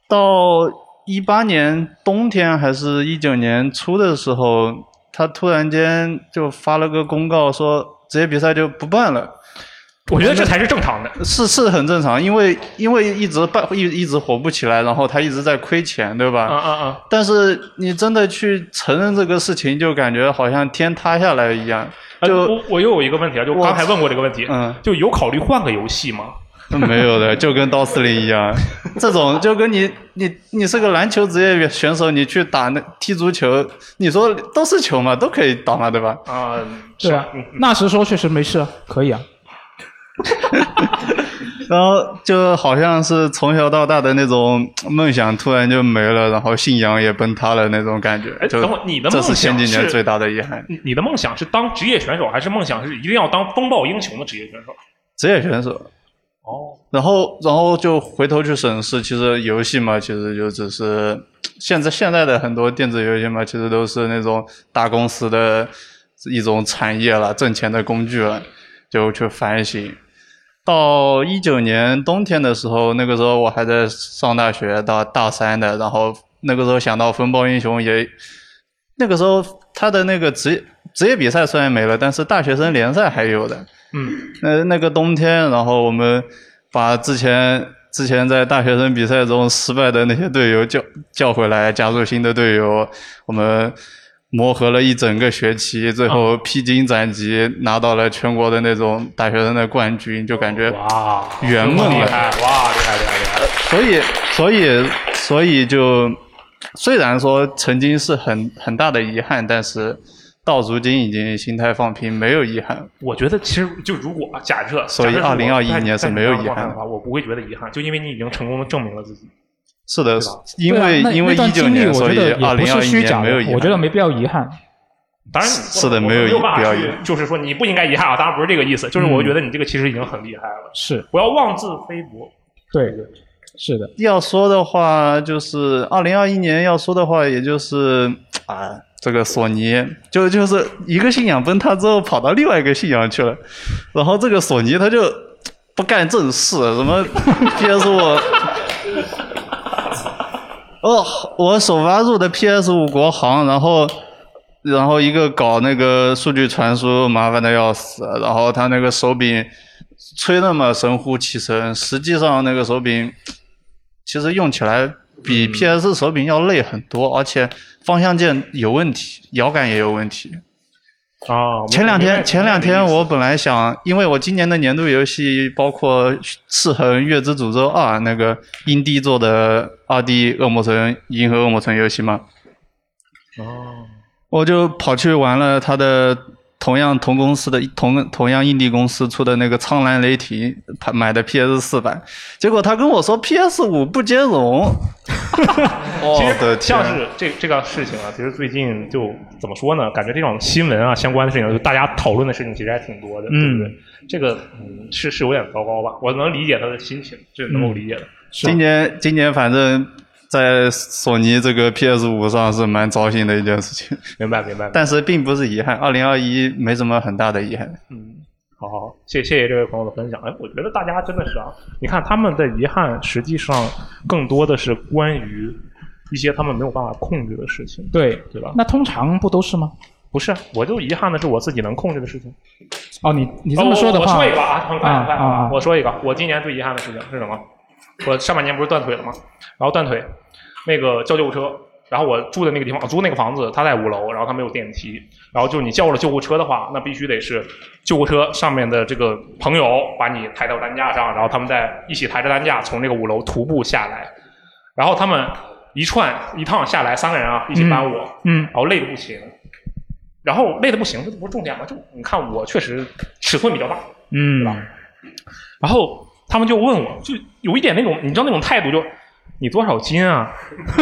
到一八年冬天还是一九年初的时候，他突然间就发了个公告说职业比赛就不办了。
我觉得这才是正常的，
是是很正常，因为因为一直办一一直火不起来，然后他一直在亏钱，对吧？
嗯嗯嗯。
但是你真的去承认这个事情，就感觉好像天塌下来一样。
哦，
就
呃我我又有一个问题啊，就刚才问过这个问题，
嗯，
就有考虑换个游戏吗？
没有的，就跟刀司令 一样，这种就跟你你你是个篮球职业选手，你去打那踢足球，你说都是球嘛，都可以打嘛，对吧？
啊、
对啊，那时说确实没事啊，可以啊。
然后就好像是从小到大的那种梦想突然就没了，然后信仰也崩塌了那种感觉。
哎，
就
等会儿你的
这
梦
是
想
前几年最大的遗憾。
你你的梦想是当职业选手，还是梦想是一定要当风暴英雄的职业选手？
职业选手。
哦。
然后，然后就回头去审视，其实游戏嘛，其实就只是现在现在的很多电子游戏嘛，其实都是那种大公司的一种产业了，挣钱的工具了，就去反省。到一九年冬天的时候，那个时候我还在上大学，到大三的，然后那个时候想到风暴英雄也，那个时候他的那个职业职业比赛虽然没了，但是大学生联赛还有的。
嗯，
那那个冬天，然后我们把之前之前在大学生比赛中失败的那些队友叫叫回来，加入新的队友，我们磨合了一整个学期，最
啊
后披荆斩棘拿到了全国的那种大学生的冠军，就感觉
哇
圆梦
厉
了。
害哇，厉害厉害厉害！
所以，所以，所以就虽然说曾经是很很大的遗憾，但是到如今已经心态放平，没有遗憾。
我觉得其实就如果啊假设，
所以
假设如果
2021
在
年是没有遗憾的
在你那样的话，我不会觉得遗憾，就因为你已经成功的证明了自己。
是的，因
对啊
为
那
因为
那段
一九
经历
年，
我
所
觉
以
得
二
也
零
不
二
是
一
虚假
年没有
的
遗，憾。
我觉得没必要遗憾。
当然
是的，没有
没
遗
有办
不要
法
遗
去
憾。，
就是说你不应该遗憾啊，当然不是这个意思，就是我
嗯
觉得你这个其实已经很厉害了。
是，
不要妄自菲薄。
对，是的。
要说的话，就是二零二一年要说的话，也就是啊，这个索尼就就是一个信仰崩塌之后，跑到另外一个信仰去了，然后这个索尼他就不干正事，什么 PS 五。哦，我首发入的 PS 五国行，然后，然后一个搞那个数据传输麻烦的要死，然后他那个手柄吹那么神乎其神，实际上那个手柄其实用起来比 PS 手柄要累很多，而且方向键有问题，摇杆也有问题。
啊，
前两天前两天我本来想，因为我今年的年度游戏包括《赤痕月之诅咒二》那个英帝做的二 D 恶魔城银河恶魔城游戏嘛，
哦，
我就跑去玩了他的同样同公司的同同样印地公司出的那个《苍蓝雷霆》，他买的 PS 四版，结果他跟我说 PS 五不兼容。
哦
其
我的
实
天
像是这这个事情啊，其实最近就怎么说呢？感觉这种新闻啊相关的事情，就大家讨论的事情其实还挺多的，对不对？这个嗯是是有点糟糕吧？我能理解他的心情，这能够
嗯
理解的。
今年今年反正在索尼这个 PS 五上是蛮糟心的一件事情，
明白明白。
但是并不是遗憾，二零二一没什么很大的遗憾。
嗯，好好，好，谢谢谢这位朋友的分享。哎，我觉得大家真的是啊，你看他们的遗憾，实际上更多的是关于一些他们没有办法控制的事情，
对
对吧？
那通常不都是吗？
不是，啊我就遗憾的是我自己能控制的事情。
哦，你你这么说的话，
哦我我说一个啊，很快很快
啊啊
我说一个，我今年最遗憾的事情是什么？我上半年不是断腿了吗？然后断腿，那个叫救护车，然后我住的那个地方，我租那个房子，它在五楼，然后它没有电梯，然后就你叫了救护车的话，那必须得是救护车上面的这个朋友把你抬到担架上，然后他们再一起抬着担架从这个五楼徒步下来，然后他们一串一趟下来，三个人啊一起搬我，
嗯
然后累得不行。然后累的不行，这不是重点吗？就你看我确实尺寸比较大，
嗯，
然后他们就问我，就有一点那种，你知道那种态度就，你多少斤啊？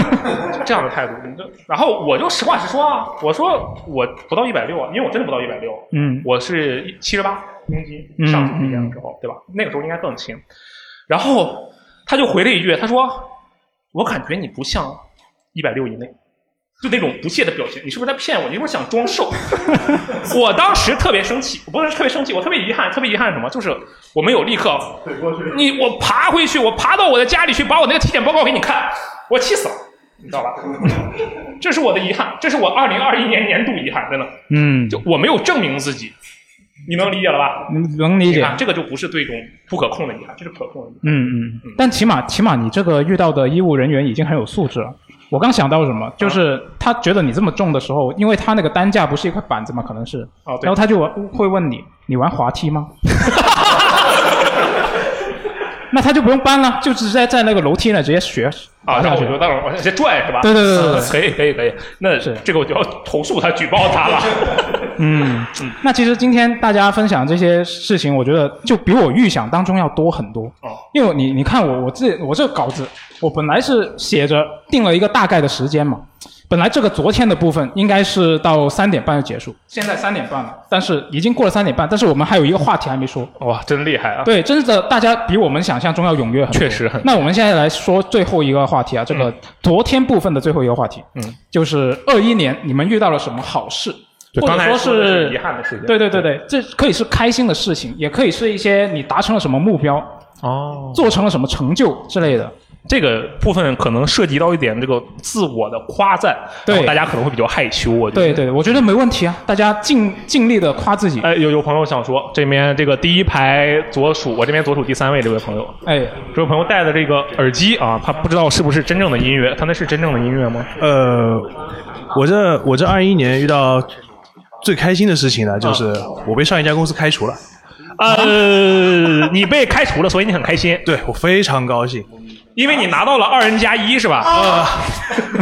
就这样的态度，你这，然后我就实话实说啊，我说我不到一百六啊，因为我真的不到一百六，
嗯
我是七十八公斤
嗯
上 次体检的时候，对吧？那个时候应该更轻。然后他就回了一句，他说：“我感觉你不像一百六以内。”就那种不屑的表情，你是不是在骗我？你是不是想装瘦？ 我当时特别生气，我不是特别生气，我特别遗憾，特别遗憾是什么？就是我没有立刻， 你我爬回去，我爬到我的家里去，把我那个体检报告给你看，我气死了，你知道吧？这是我的遗憾，这是我二零二一年年度遗憾，真的。
嗯，
就我没有证明自己，你能理解了吧？
能理
你
解。
看，这个就不是对种不可控的遗憾，这是可控的遗憾。
嗯嗯，但起码起码你这个遇到的医务人员已经很有素质了。我刚想到什么，
啊
就是他觉得你这么重的时候，因为他那个担架不是一块板子嘛，可能是，
哦对
然后他就会问你，你玩滑梯吗？ 那他就不用搬了，就直接在那个楼梯那直接学
啊，
滑
然
下
后
去
我就。到时候往下直接拽是吧？
对对对对
啊
对
可以可以可以，那这个我就要投诉他举报他了。
嗯，那其实今天大家分享这些事情，我觉得就比我预想当中要多很多。
哦，
因为你你看我我这我这个稿子，我本来是写着定了一个大概的时间嘛，本来这个昨天的部分应该是到三点半就结束， 现在三点半了，但是已经过了三点半，但是我们还有一个话题还没说。
哇，真厉害啊！
对，真的大家比我们想象中要踊跃很多。
确实很
那我们现在来说最后一个话题啊，这个昨天部分的最后一个话题，
嗯，
就是二一年你们遇到了什么好事，
对
或
刚
者
才
说
说的是遗憾的事情
对对对对，这可以是开心的事情，也可以是一些你达成了什么目标，
哦，
做成了什么成就之类 的。
这个部分可能涉及到一点这个自我的夸赞，
对
然后大家可能会比较害羞。我觉得
对对，我觉得没问题啊，大家尽尽力的夸自己。
哎，有有朋友想说，这边这个第一排左数，我这边左数第三位这位朋友，
哎，
这位朋友戴的这个耳机啊，他不知道是不是真正的音乐，他那是真正的音乐吗？
呃，我这我这二一年遇到最开心的事情呢，就是
啊
我被上一家公司开除了。
呃，你被开除了，所以你很开心。
对我非常高兴，
因为你拿到了二 n 加一是吧？啊、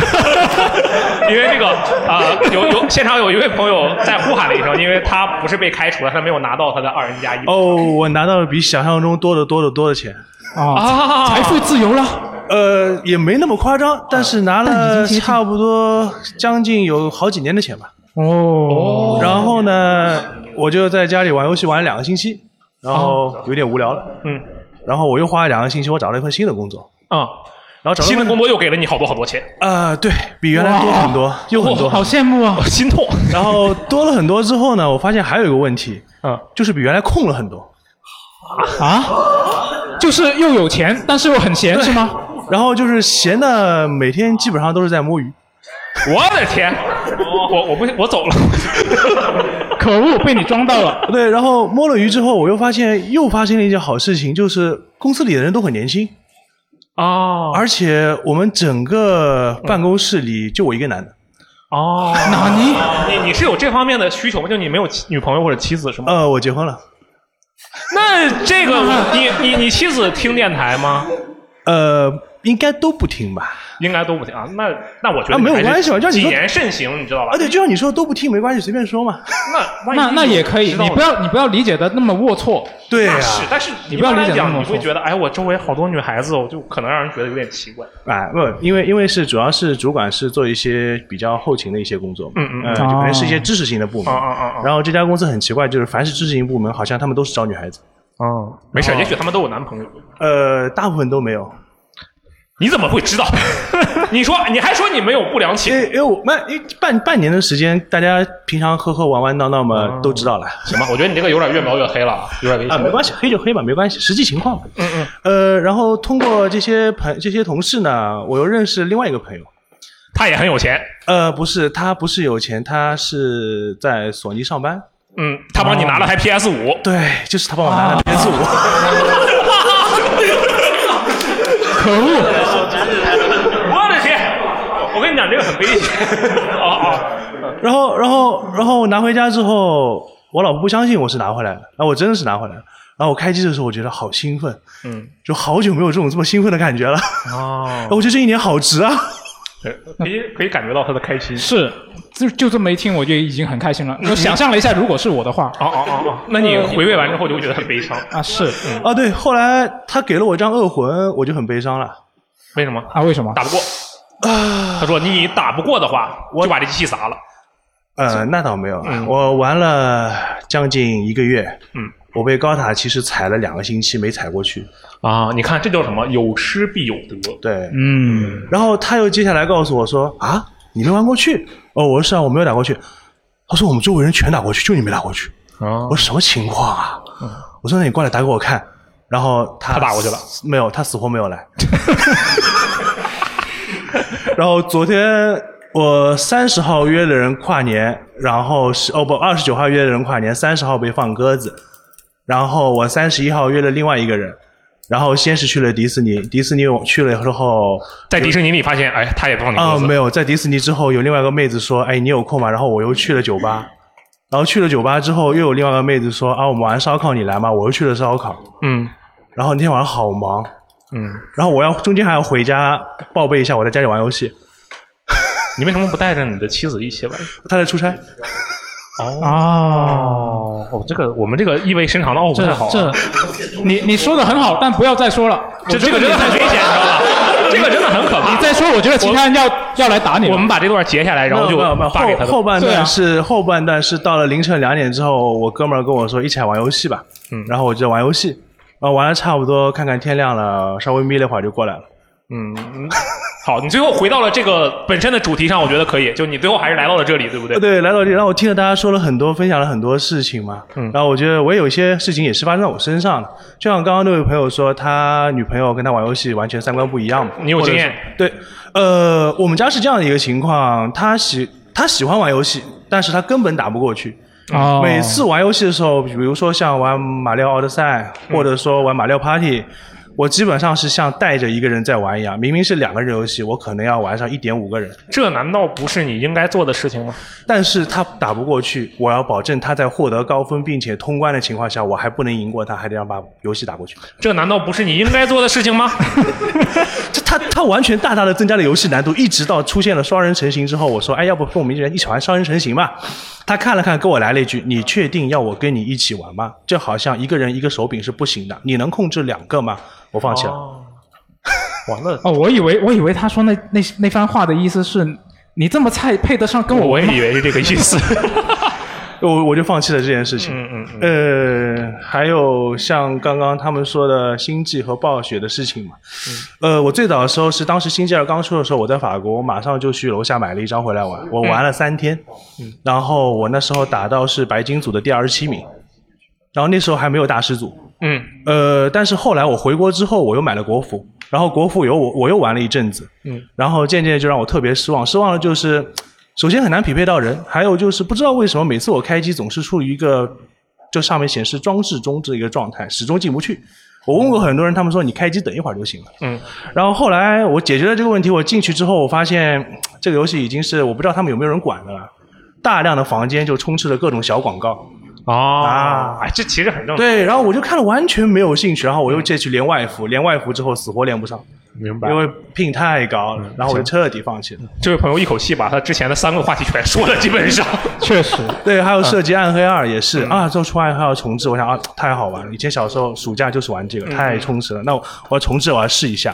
因为这个啊、有有现场有一位朋友在呼喊了一声，因为他不是被开除了，他没有拿到他的二 n 加一。
哦，我拿到了比想象中多得多得多的钱
啊财富
自由了。
呃，也没那么夸张，但是拿了差不多将近有好几年的钱吧。
哦，
然后呢，我就在家里玩游戏玩了两个星期，然后有点无聊了，
嗯，
然后我又花了两个星期，我找了一份新的工作，
啊、
然后找到
新的工作又给了你好多好多钱。
啊、对比原来多很多
哇，
又很多，
哇好
羡慕啊，
心痛。
然后多了很多之后呢，我发现还有一个问题，
嗯，
就是比原来空了很多。
啊，就是又有钱，但是又很闲，是吗？
然后就是闲的，每天基本上都是在摸鱼。
我的天，我我不我走了。
可恶，被你装到了。
对，然后摸了鱼之后，我又发现又发现了一件好事情，就是公司里的人都很年轻。
哦，
而且我们整个办公室里就我一个男的。
哦，
哪尼？
你你是有这方面的需求吗？就你没有妻女朋友或者妻子是吗？
呃，我结婚了。
那这个你你你妻子听电台吗？
呃，应该都不听吧？
应该都不听啊。那那我觉得
啊没有
你还是
关系吧就像你
谨
说
言慎行，你知道吧？
而且啊就像你说都不听没关系，随便说嘛。
那
那那也可以，你不要你不要理解的那么龌龊。
对啊
那是，但是
你不要理解
一般来
那么
讲，
龌
你会
龊。
觉得，哎，我周围好多女孩子哦，我就可能让人觉得有点奇怪。
哎，不，因为因为是主要是主管是做一些比较后勤的一些工作嘛，
嗯嗯嗯
呃，就可能是一些知识型的部门。
哦哦哦哦
然后这家公司很奇怪，就是凡是知识型部门，好像他们都是招女孩子。
哦，没事，也许他们都有男朋友。
呃，大部分都没有。
你怎么会知道？ 你说，你还说你没有不良
因为因为我们因为半半年的时间，大家平常喝喝玩玩闹闹嘛，都知道了。
哦行吧，我觉得你这个有点越描越黑了啊，有点危险。
啊，没关系，黑就黑吧，没关系，实际情况嘛。
嗯嗯。
呃，然后通过这些朋这些同事呢，我又认识另外一个朋友，
他哎也很有钱。
呃，不是，他不是有钱，他是在索尼上班。
嗯，他帮你拿了台 PS 五、啊
对，就是他帮我拿了 PS 五、
可恶！
我的天！我跟你讲，这个很危险。哦
然后，然后，然后我拿回家之后，我老婆不相信我是拿回来的，然后我真的是拿回来了。然后我开机的时候，我觉得好兴奋，
嗯，
就好久没有这种这么兴奋的感觉了。
哦，
我觉得这一年好值啊！
可以可以感觉到他的开心。
是，就就这么一听，我就已经很开 心了。
嗯
我想象了一下，如果是我的话，
哦哦哦哦，那你回味完之后就会觉得很悲伤
啊？是，
啊，对，后来他给了我一张恶魂，我就很悲伤了。
为什么
啊？为什么
打不过？他说你打不过的话，就把这机器砸了。
呃，那倒没有，我玩了将近一个月，
嗯，
我被高塔其实踩了两个星期没踩过去
啊，你看这叫什么？有失必有得。
对，嗯，然后他又接下来告诉我说啊，你没玩过去？哦，我说是啊，我没有打过去。他说我们周围人全打过去，就你没打过去。
啊，
我说什么情况啊？我说那你过来打给我看。然后他
他打过去了，
没有，他死活没有来。 然后昨天我三十号约的人跨年，然后是哦不，二十九号约的人跨年，三十号被放鸽子，然后我三十一号约了另外一个人，然后先是去了迪士尼，迪士尼我去了之后，
在迪士尼里发现，哎，他也不放你鸽
啊、
子
没有，在迪士尼之后有另外一个妹子说，哎，你有空吗？然后我又去了酒吧，然后去了酒吧之后又有另外一个妹子说，啊，我们玩烧烤，你来吗？我又去了烧烤，
嗯，
然后那天晚上好忙，
嗯，
然后我要中间还要回家报备一下我在家里玩游戏。
你为什么不带着你的妻子一起玩？
他在出差。
哦
哦
哦，这个我们这个意味深长的哦，不
这
太好啊。
这，你你说的很好，但不要再说了。
这这个真的很危险，你知道吧？ 这个真的很可怕。
你再说，我觉得其他人要要来打你了。
我们把这段截下来，哎然后就
没有没有
发给他
后
的
后半
对啊
段是、后半段是到了凌晨两点之后，我哥们儿跟我说一起来玩游戏吧，
嗯，
然后我就玩游戏，啊，玩了差不多，看看天亮了，稍微眯了一会儿就过来了。
嗯，嗯好，你最后回到了这个本身的主题上，我觉得可以。就你最后还是来到了这里，对不对？
呃对，来到这里，然后我听了大家说了很多，分享了很多事情嘛。
嗯
然后我觉得我也有一些事情也是发生在我身上的，就像刚刚那位朋友说，他女朋友跟他玩游戏完全三观不一样嘛。
你有
或者
经
是
验？
对，呃，我们家是这样的一个情况，他喜他喜欢玩游戏，但是他根本打不过去。
哦
每次玩游戏的时候，比如说像玩《马里奥奥德赛》或者说玩《马里奥 Party》，我基本上是像带着一个人在玩一样。明明是两个人游戏，我可能要玩上一点五个人。
这难道不是你应该做的事情吗？
但是他打不过去，我要保证他在获得高分并且通关的情况下，我还不能赢过他，还得让把游戏打过去。
这难道不是你应该做的事情吗？
这他他完全大大的增加了游戏难度，一直到出现了双人成型之后，我说，哎，要不跟我们一人一起玩双人成型吧？他看了看，跟我来了一句：“你确定要我跟你一起玩吗？这好像一个人一个手柄是不行的，你能控制两个吗？”我放弃了。
完了
哦，我以为我以为他说那那那番话的意思是，你这么菜配得上跟我
我
玩
也
吗
以为是这个意思。
我我就放弃了这件事情。
嗯嗯
呃，还有像刚刚他们说的星际和暴雪的事情嘛。
嗯
呃，我最早的时候是当时星际二刚出的时候，我在法国，我马上就去楼下买了一张回来玩，我玩了三天。
嗯
然后我那时候打到是白金组的第二十七名，然后那时候还没有大师组。
嗯
呃，但是后来我回国之后，我又买了国服，然后国服有我我又玩了一阵子，
嗯
然后渐渐就让我特别失望，失望的就是，首先很难匹配到人，还有就是不知道为什么每次我开机总是处于一个就上面显示装置中这一个状态，始终进不去。我问过很多人，他们说你开机等一会儿就行了。
嗯
然后后来我解决了这个问题，我进去之后，我发现嗯这个游戏已经是我不知道他们有没有人管的了，大量的房间就充斥着各种小广告。
哦
啊，
哎，这其实很正常。
对，然后我就看了完全没有兴趣，然后我又借去连外服，连外服之后死活连不上，
明
因为 ping 太高了，然后我就彻底放弃了。
这位朋友一口气把他之前的三个话题全说了，基本 上。
确实，
对，还有涉及《暗黑二》也是、啊，做出《暗黑二》重置，我想啊，太好玩了。以前小时候暑假就是玩这个，
嗯
太充实了。那我我要重置，我要试一下。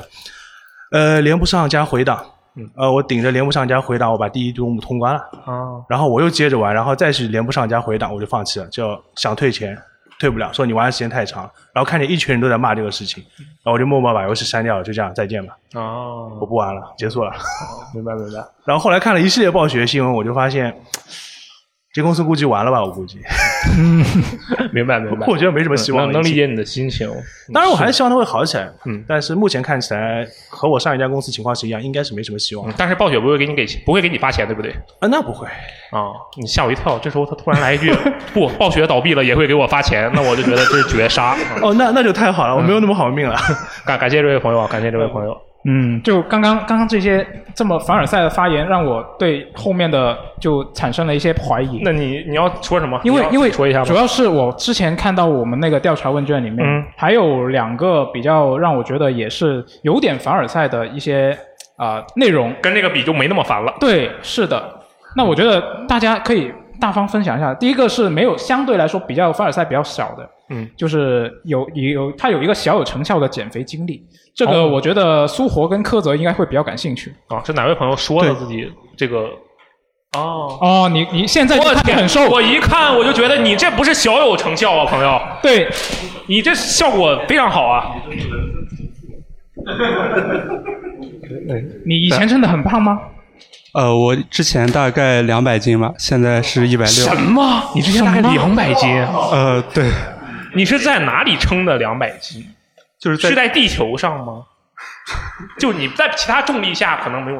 呃，连不上加回档，
嗯
呃，我顶着连不上加回档，我把第一幕通关了。
啊，
然后我又接着玩，然后再是连不上加回档，我就放弃了，就想退钱，退不了，说你玩的时间太长了。然后看见一群人都在骂这个事情，然后我就默默把游戏删掉了，就这样再见吧，
哦，
我不玩了，结束了。
明白明白。
然后后来看了一系列暴雪新闻，我就发现。这公司估计完了吧，我估计。
嗯 明白明白，
我觉得没什么希望了
嗯能能
已经
理解你的心情。哦
当然，我还是希望它会好起来。
嗯，
但是目前看起来和我上一家公司情况是一样，应该是没什么希望。
嗯但是暴雪不会给你给不会给你发钱，对不对？
啊，那不会
啊！你吓我一跳，这时候他突然来一句“不，暴雪倒闭了也会给我发钱”，那我就觉得这是绝杀。
哦， 那那就太好了，我没有那么好命了。
嗯感感谢这位朋友啊，感谢这位朋友。
嗯，就刚刚刚刚这些这么凡尔赛的发言，让我对后面的就产生了一些怀疑。
那你你要说什么？
因
你
为
要
因为
说一下吧
主要是我之前看到我们那个调查问卷里面，
嗯
还有两个比较让我觉得也是有点凡尔赛的一些啊、呃内容，
跟这个比就没那么烦了。
对，是的。那我觉得大家可以大方分享一下。第一个是没有相对来说比较凡尔赛比较少的，
嗯，
就是有有他有一个小有成效的减肥经历，这个
哦
我觉得苏活跟柯泽应该会比较感兴趣。
啊，是哪位朋友说的自己这个？哦
哦，你你现在就
我
看起来
天
很瘦，
我一看我就觉得你这不是小有成效啊，朋友。
对，
你这效果非常好啊。
你以前真的很胖吗？
呃，我之前大概两百斤吧，现在是一百六。
什么？你之前大概
什么
两百斤？啊
呃，对，
你是在哪里称的两百斤？
就是
在是在地球上吗？就你在其他重力下可能没有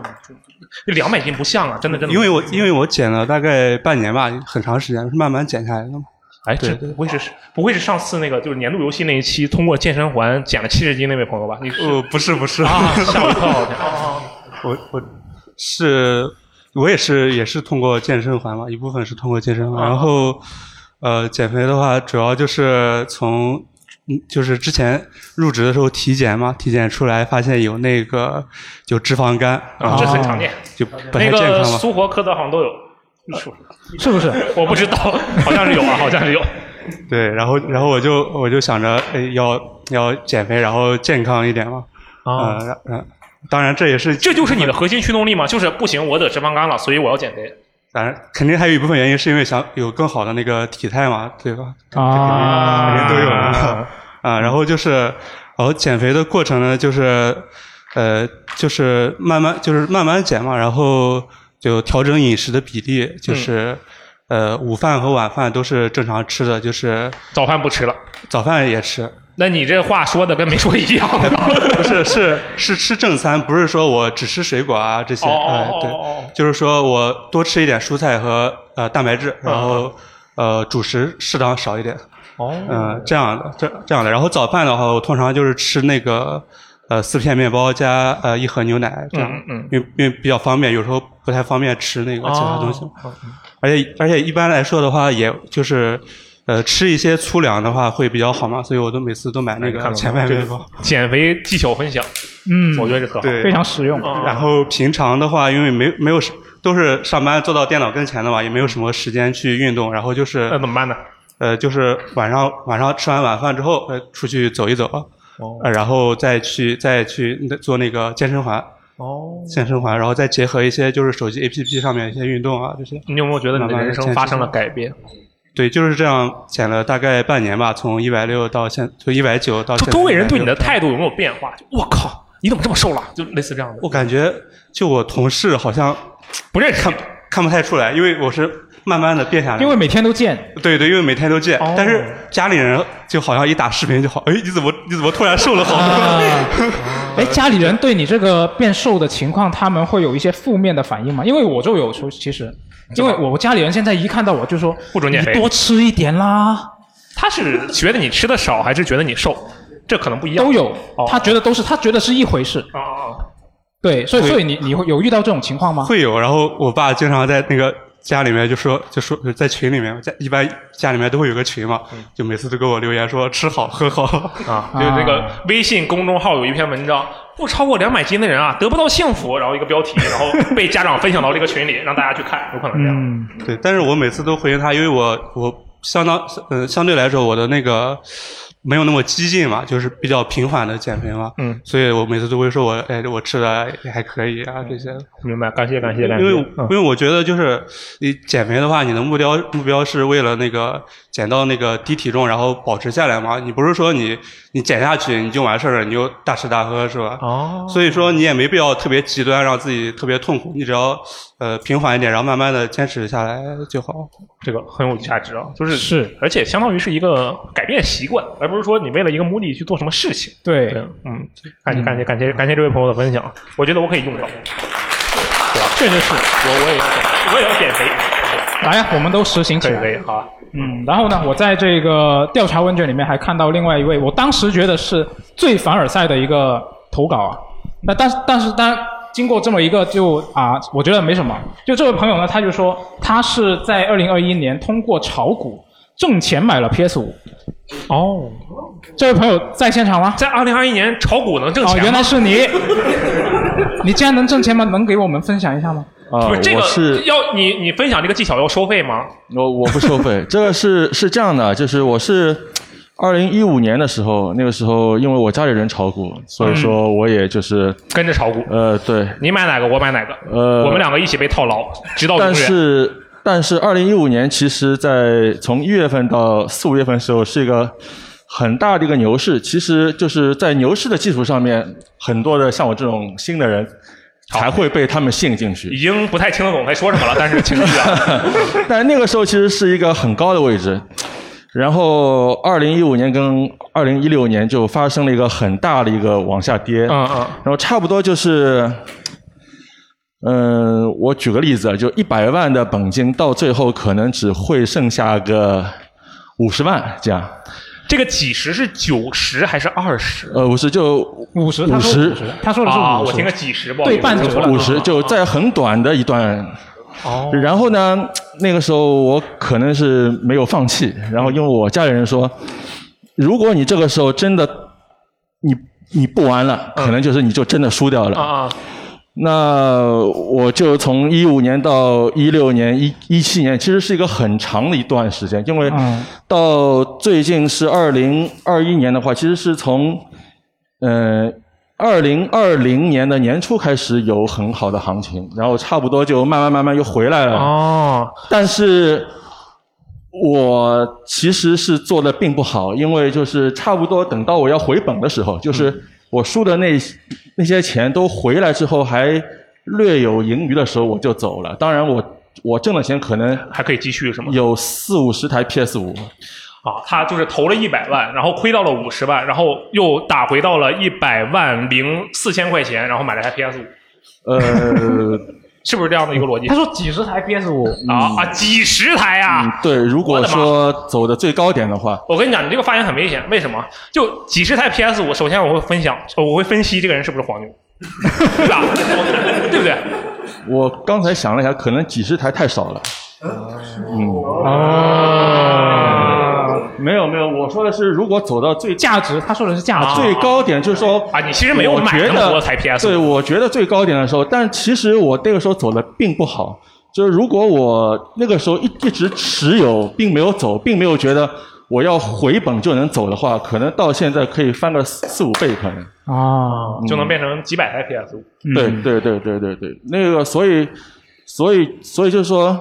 两百斤不像啊，真的真的。
因为我因为我减了大概半年吧，很长时间，是慢慢减下来的嘛。
哎，
对
这不会是不会是上次那个就是年度游戏那一期通过健身环减了七十斤那位朋友吧？你
呃不是不是
啊，吓我一跳！
我我是我也是也是通过健身环嘛，一部分是通过健身环，
啊
然后呃减肥的话，主要就是从嗯就是之前入职的时候体检嘛，体检出来发现有那个就脂肪肝，
啊，这很常见，
就不太
那
健
个
康嘛。
苏活、科德好像都 有，
是不是？
我不知道，好像是有啊，好像是 有。
对，然后然后我就我就想着，哎，要要减肥，然后健康一点嘛。
啊
呃然然当然这也是
这就是你的核心驱动力嘛，就是不行，我得脂肪肝了，所以我要减肥。
当然肯定还有一部分原因是因为想有更好的那个体态嘛，对吧？
啊
肯定都有的啊。然后就是，然后减肥的过程呢，就是呃，就是慢慢就是慢慢减嘛，然后就调整饮食的比例，
嗯
就是、呃午饭和晚饭都是正常吃的，就是
早饭不吃了，
早饭 也吃。
那你这话说的跟没说 一样，
不是是是吃正餐，不是说我只吃水果啊这些，
哦
哎对，就是说我多吃一点蔬菜和呃蛋白质，然
嗯
后呃主食适当少一点，
哦
嗯这样的这这样的。然后早饭的话，我通常就是吃那个呃四片面包加呃一盒牛奶这样，
嗯嗯
因为因为比较方便，有时候不太方便吃那个其他东西，
哦
而且而且一般来说的话，也就是。呃，吃一些粗粮的话会比较好嘛，所以我都每次都买那
看到
个
没
前排
这
面包。
减肥技巧分享，
嗯
我觉得这特好，
对，
嗯
然后平常的话，因为没没有什都是上班坐到电脑跟前的嘛，也没有什么时间去运动，然后就是
那怎么办呢？
呃，就是晚上晚上吃完晚饭之后，呃，出去走一走，
哦
呃然后再去再去那做那个健身环，
哦，
健身环，然后再结合一些就是手机 APP 上面一些运动啊这些。
你有没有觉得你的
慢慢地
人生
坚持
发生了改变？
对，就是这样减了大概半年吧，从一百六到现，从一百九到现在。
周围人对你的态度有没有变化？就我靠，你怎么这么瘦了？就类似这样的。
我感觉就我同事好像
不认识，
看看不太出来，因为我是慢慢的变下来。
因为每天都 见，
对对，因为每天都见，
哦
但是家里人就好像一打视频就好，哎，你怎么你怎么突然瘦 了好多？
啊
哎，家里人对你这个变瘦的情况，他们会有一些负面的反应吗？因为我就有时候其实，因为我家里人现在一看到我就说
嗯不准减肥
你多吃一点啦，
他是觉得你吃的少，还是觉得你瘦？这可能不一样。
都有
哦，
他觉得都是他觉得是一回事。对，所以
对
所以你你会有遇到这种情况吗？
会有，然后我爸经常在那个家里面就说就说在群里面，家一般家里面都会有个群嘛，
嗯
就每次都给我留言说吃好喝好
啊就那个微信公众号有一篇文章，不超过两百斤的人啊，得不到幸福，然后一个标题，然后被家长分享到这个群里，让大家去看，有可能这样。
嗯，
对，但是我每次都回应他，因为我我相当呃相对来说我的那个没有那么激进嘛，就是比较平缓的减肥嘛，
嗯，
所以我每次都会说我哎我吃的还可以啊这些。
嗯明白，感谢感谢感谢。
因为我、
嗯
因为我觉得就是你减肥的话，你的目标目标是为了那个减到那个低体重，然后保持下来嘛。你不是说你你减下去你就完事儿了，你就大吃大喝是吧？
哦
所以说你也没必要特别极端，让自己特别痛苦。你只要呃平缓一点，然后慢慢的坚持下来就好。
这个很有价值啊，就是是，而且相当于是一个改变习惯，而不是说你为了一个目的去做什么事情。
对
嗯，感谢感谢感谢感谢这位朋友的分享，我觉得我可以用到，对吧？确实是我我也要减我也要减肥，
来，我们都实行起来。
可以可以，好啊。
嗯，然后呢，我在这个调查问卷里面还看到另外一位，我当时觉得是最凡尔赛的一个投稿啊。那但是但是当然经过这么一个就啊，我觉得没什么。就这位朋友呢，他就说他是在二零二一年通过炒股挣钱买了 PS 五。
哦，
这位朋友在现场吗？
在二零二一年炒股能挣钱
哦
吗，
原来是你，你竟然能挣钱吗？能给我们分享一下吗？
啊
不是这个
我是
要你你分享这个技巧要收费吗？
我我不收费，这个是是这样的，就是我是二零一五年的时候，那个时候因为我家里人炒股，所以说我也就是、
嗯跟着炒股。
呃，对，
你买哪个，我买哪个，
呃，
我们两个一起被套牢，直到永
但
远。
是但是，二零一五年其实在从一月份到四五月份的时候是一个很大的一个牛市，其实就是在牛市的基础上面，很多的像我这种新的人才会被他们吸引进去。
已经不太听得懂该说什么了，但是请继续啊。
但那个时候其实是一个很高的位置。然后，二零一五年跟二零一六年就发生了一个很大的一个往下跌。
嗯嗯。
然后差不多就是，嗯、我举个例子啊，就一百万的本金到最后可能只会剩下个五十万这样。
这个几十是九十还是二十？
呃，五十就
五十
他
五
说
十
50，他说的是啊50我听个几十不好意思对半折了
五十就在很短的一段。
哦。
然后呢，那个时候我可能是没有放弃，然后因为我家里人说，如果你这个时候真的你你不玩了，可能就是你就真的输掉了。
嗯啊
那我就从一五年到一六年、一一七年，其实是一个很长的一段时间，因为
嗯
到最近是二零二一年的话，其实是从嗯二零二零年的年初开始有很好的行情，然后差不多就慢慢慢慢又回来了。
哦，
但是我其实是做的并不好，因为就是差不多等到我要回本的时候，
嗯
就是我输的那那些钱都回来之后还略有盈余的时候，我就走了。当然我，我挣的钱可能
还可以继续是吗？
有四五十台 PS 五，
啊，他就是投了一百万，然后亏到了五十万，然后又打回到了一百万零四千块钱，然后买了台 PS 五，
呃，
是不是这样的一个逻辑？
他说几十台 PS 五
啊啊，几十台啊！
嗯对，如
我
果
的妈
说走的最高点的话，
我跟你讲，你这个发言很危险，为什么？就几十台 PS 五，首先我会分享，呃我会分析这个人是不是黄牛，是吧？对不对？
我刚才想了一下，可能几十台太少了。嗯
哦，
没有没有，我说的是如果走到最
价值，他说的是价值
最高点，就是说
啊，你其实没有
我
买
觉
那么
得
多台 PS
对，我觉得最高点的时候，但其实我那个时候走的并不好。就是如果我那个时候一一直持有，并没有走，并没有觉得我要回本就能走的话，可能到现在可以翻个四四五倍，可能。
啊
就能变成几百台 PS 五。嗯
对对对对对对，那个所以所以所以就是说，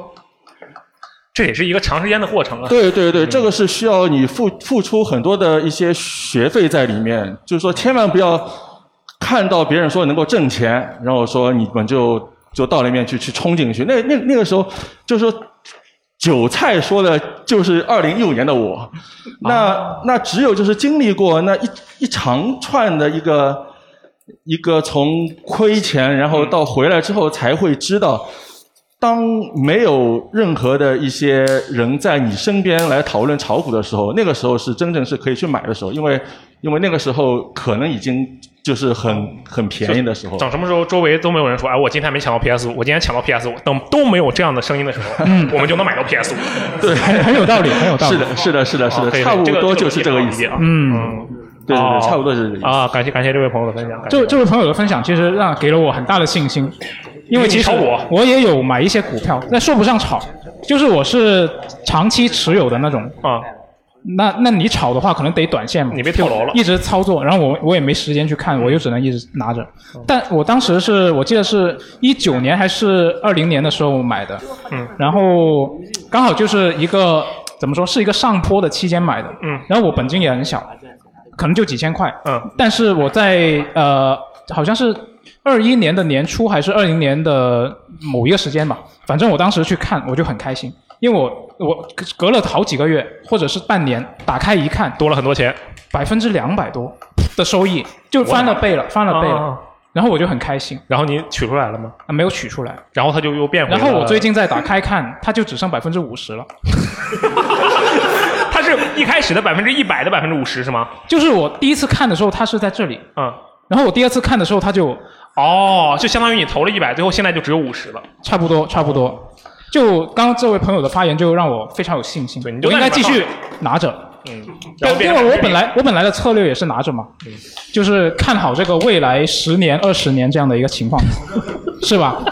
这也是一个长时间的过程啊。
对对对，这个是需要你付付出很多的一些学费在里面，就是说千万不要看到别人说能够挣钱，然后说你们就就到里面去去冲进去，那那那个时候就是说。韭菜说的就是二零一五年的我，那那只有就是经历过那一一长串的一个一个从亏钱，然后到回来之后才会知道，当没有任何的一些人在你身边来讨论炒股的时候，那个时候是真正是可以去买的时候，因为因为那个时候可能已经就是很很便宜的时候。
等什么时候周围都没有人说，哎，我今天没抢到 PS 五，我今天抢到 PS 五，等都没有这样的声音的时候，我们就能买到 PS 五。
对，
嗯 很有道理，很有道理。
是的，是的，是的，是
啊可以
的，
可
差
以
不
这个
多
这个
就是这个意思。啊
嗯，
对对
哦
对，差不多是这个意思。
啊，感谢感谢这位朋友的分享。感谢
这这位朋友的分享，其实让给了我很大的信心，因为其实
你炒股
我也有买一些股票，但说不上炒，就是我是长期持有的那种
啊。
那那你炒的话，可能得短线嘛，
你被套牢了
就
嗯
一直操作，然后我我也没时间去看，我就只能一直拿着。但我当时是我记得是一九年还是二零年的时候买的，
嗯
然后刚好就是一个怎么说是一个上坡的期间买的，
嗯，
然后我本金也很小，可能就几千块，
嗯，
但是我在呃好像是二一年的年初还是二零年的某一个时间吧，反正我当时去看我就很开心，因为我我隔了好几个月或者是半年，打开一看
多了很多钱，
百分之两百多的收益，就翻了倍了，翻了倍了。
啊
然后我就很开心。
然后你取出来了吗？
啊，没有取出来。
然后它就又变回了。
然后我最近再打开看，它就只剩百分之五十了。
它是一开始的百分之一百的百分之五十是吗？
就是我第一次看的时候，它是在这里，
嗯，
然后我第二次看的时候，它就
哦，就相当于你投了一百，最后现在就只有五十了。
差不多，差不多。就刚刚这位朋友的发言，就让我非常有信心，
就
我应该
在里
继
面
续拿着。
嗯，
因
然
为
后变
因
成嗯
为我本来我本来的策略也是拿着嘛，就是看好这个未来十年、二十年这样的一个情况，是吧？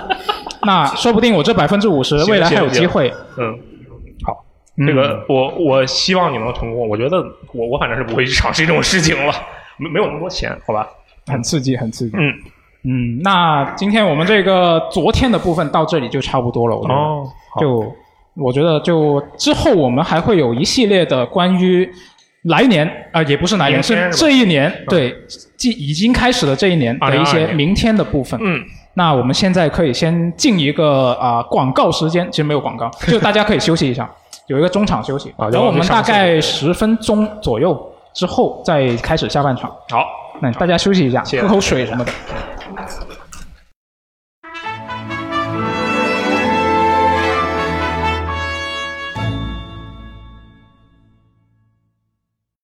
那说不定我这百分之 五十未来还有机会。嗯
嗯，好，这个我我希望你能成功。我觉得我我反正是不会去尝试这种事情了，没没有那么多钱，好吧？
很刺激，很刺激。
嗯
嗯，那今天我们这个昨天的部分到这里就差不多了，我觉得。
哦好
就我觉得就之后我们还会有一系列的关于来年啊、也不是来年，
明天
是
是吧嗯
这一年，对，即已经开始的这一年的一
2022
些
年
明天的部分。
嗯。
那我们现在可以先进一个啊、广告时间，其实没有广告，就大家可以休息一下，有一个中场休息。
啊
然后我们大
要不
概十分钟左右之后再开始下半场。
好，
那大家休息一下，
谢
喝口水什么的。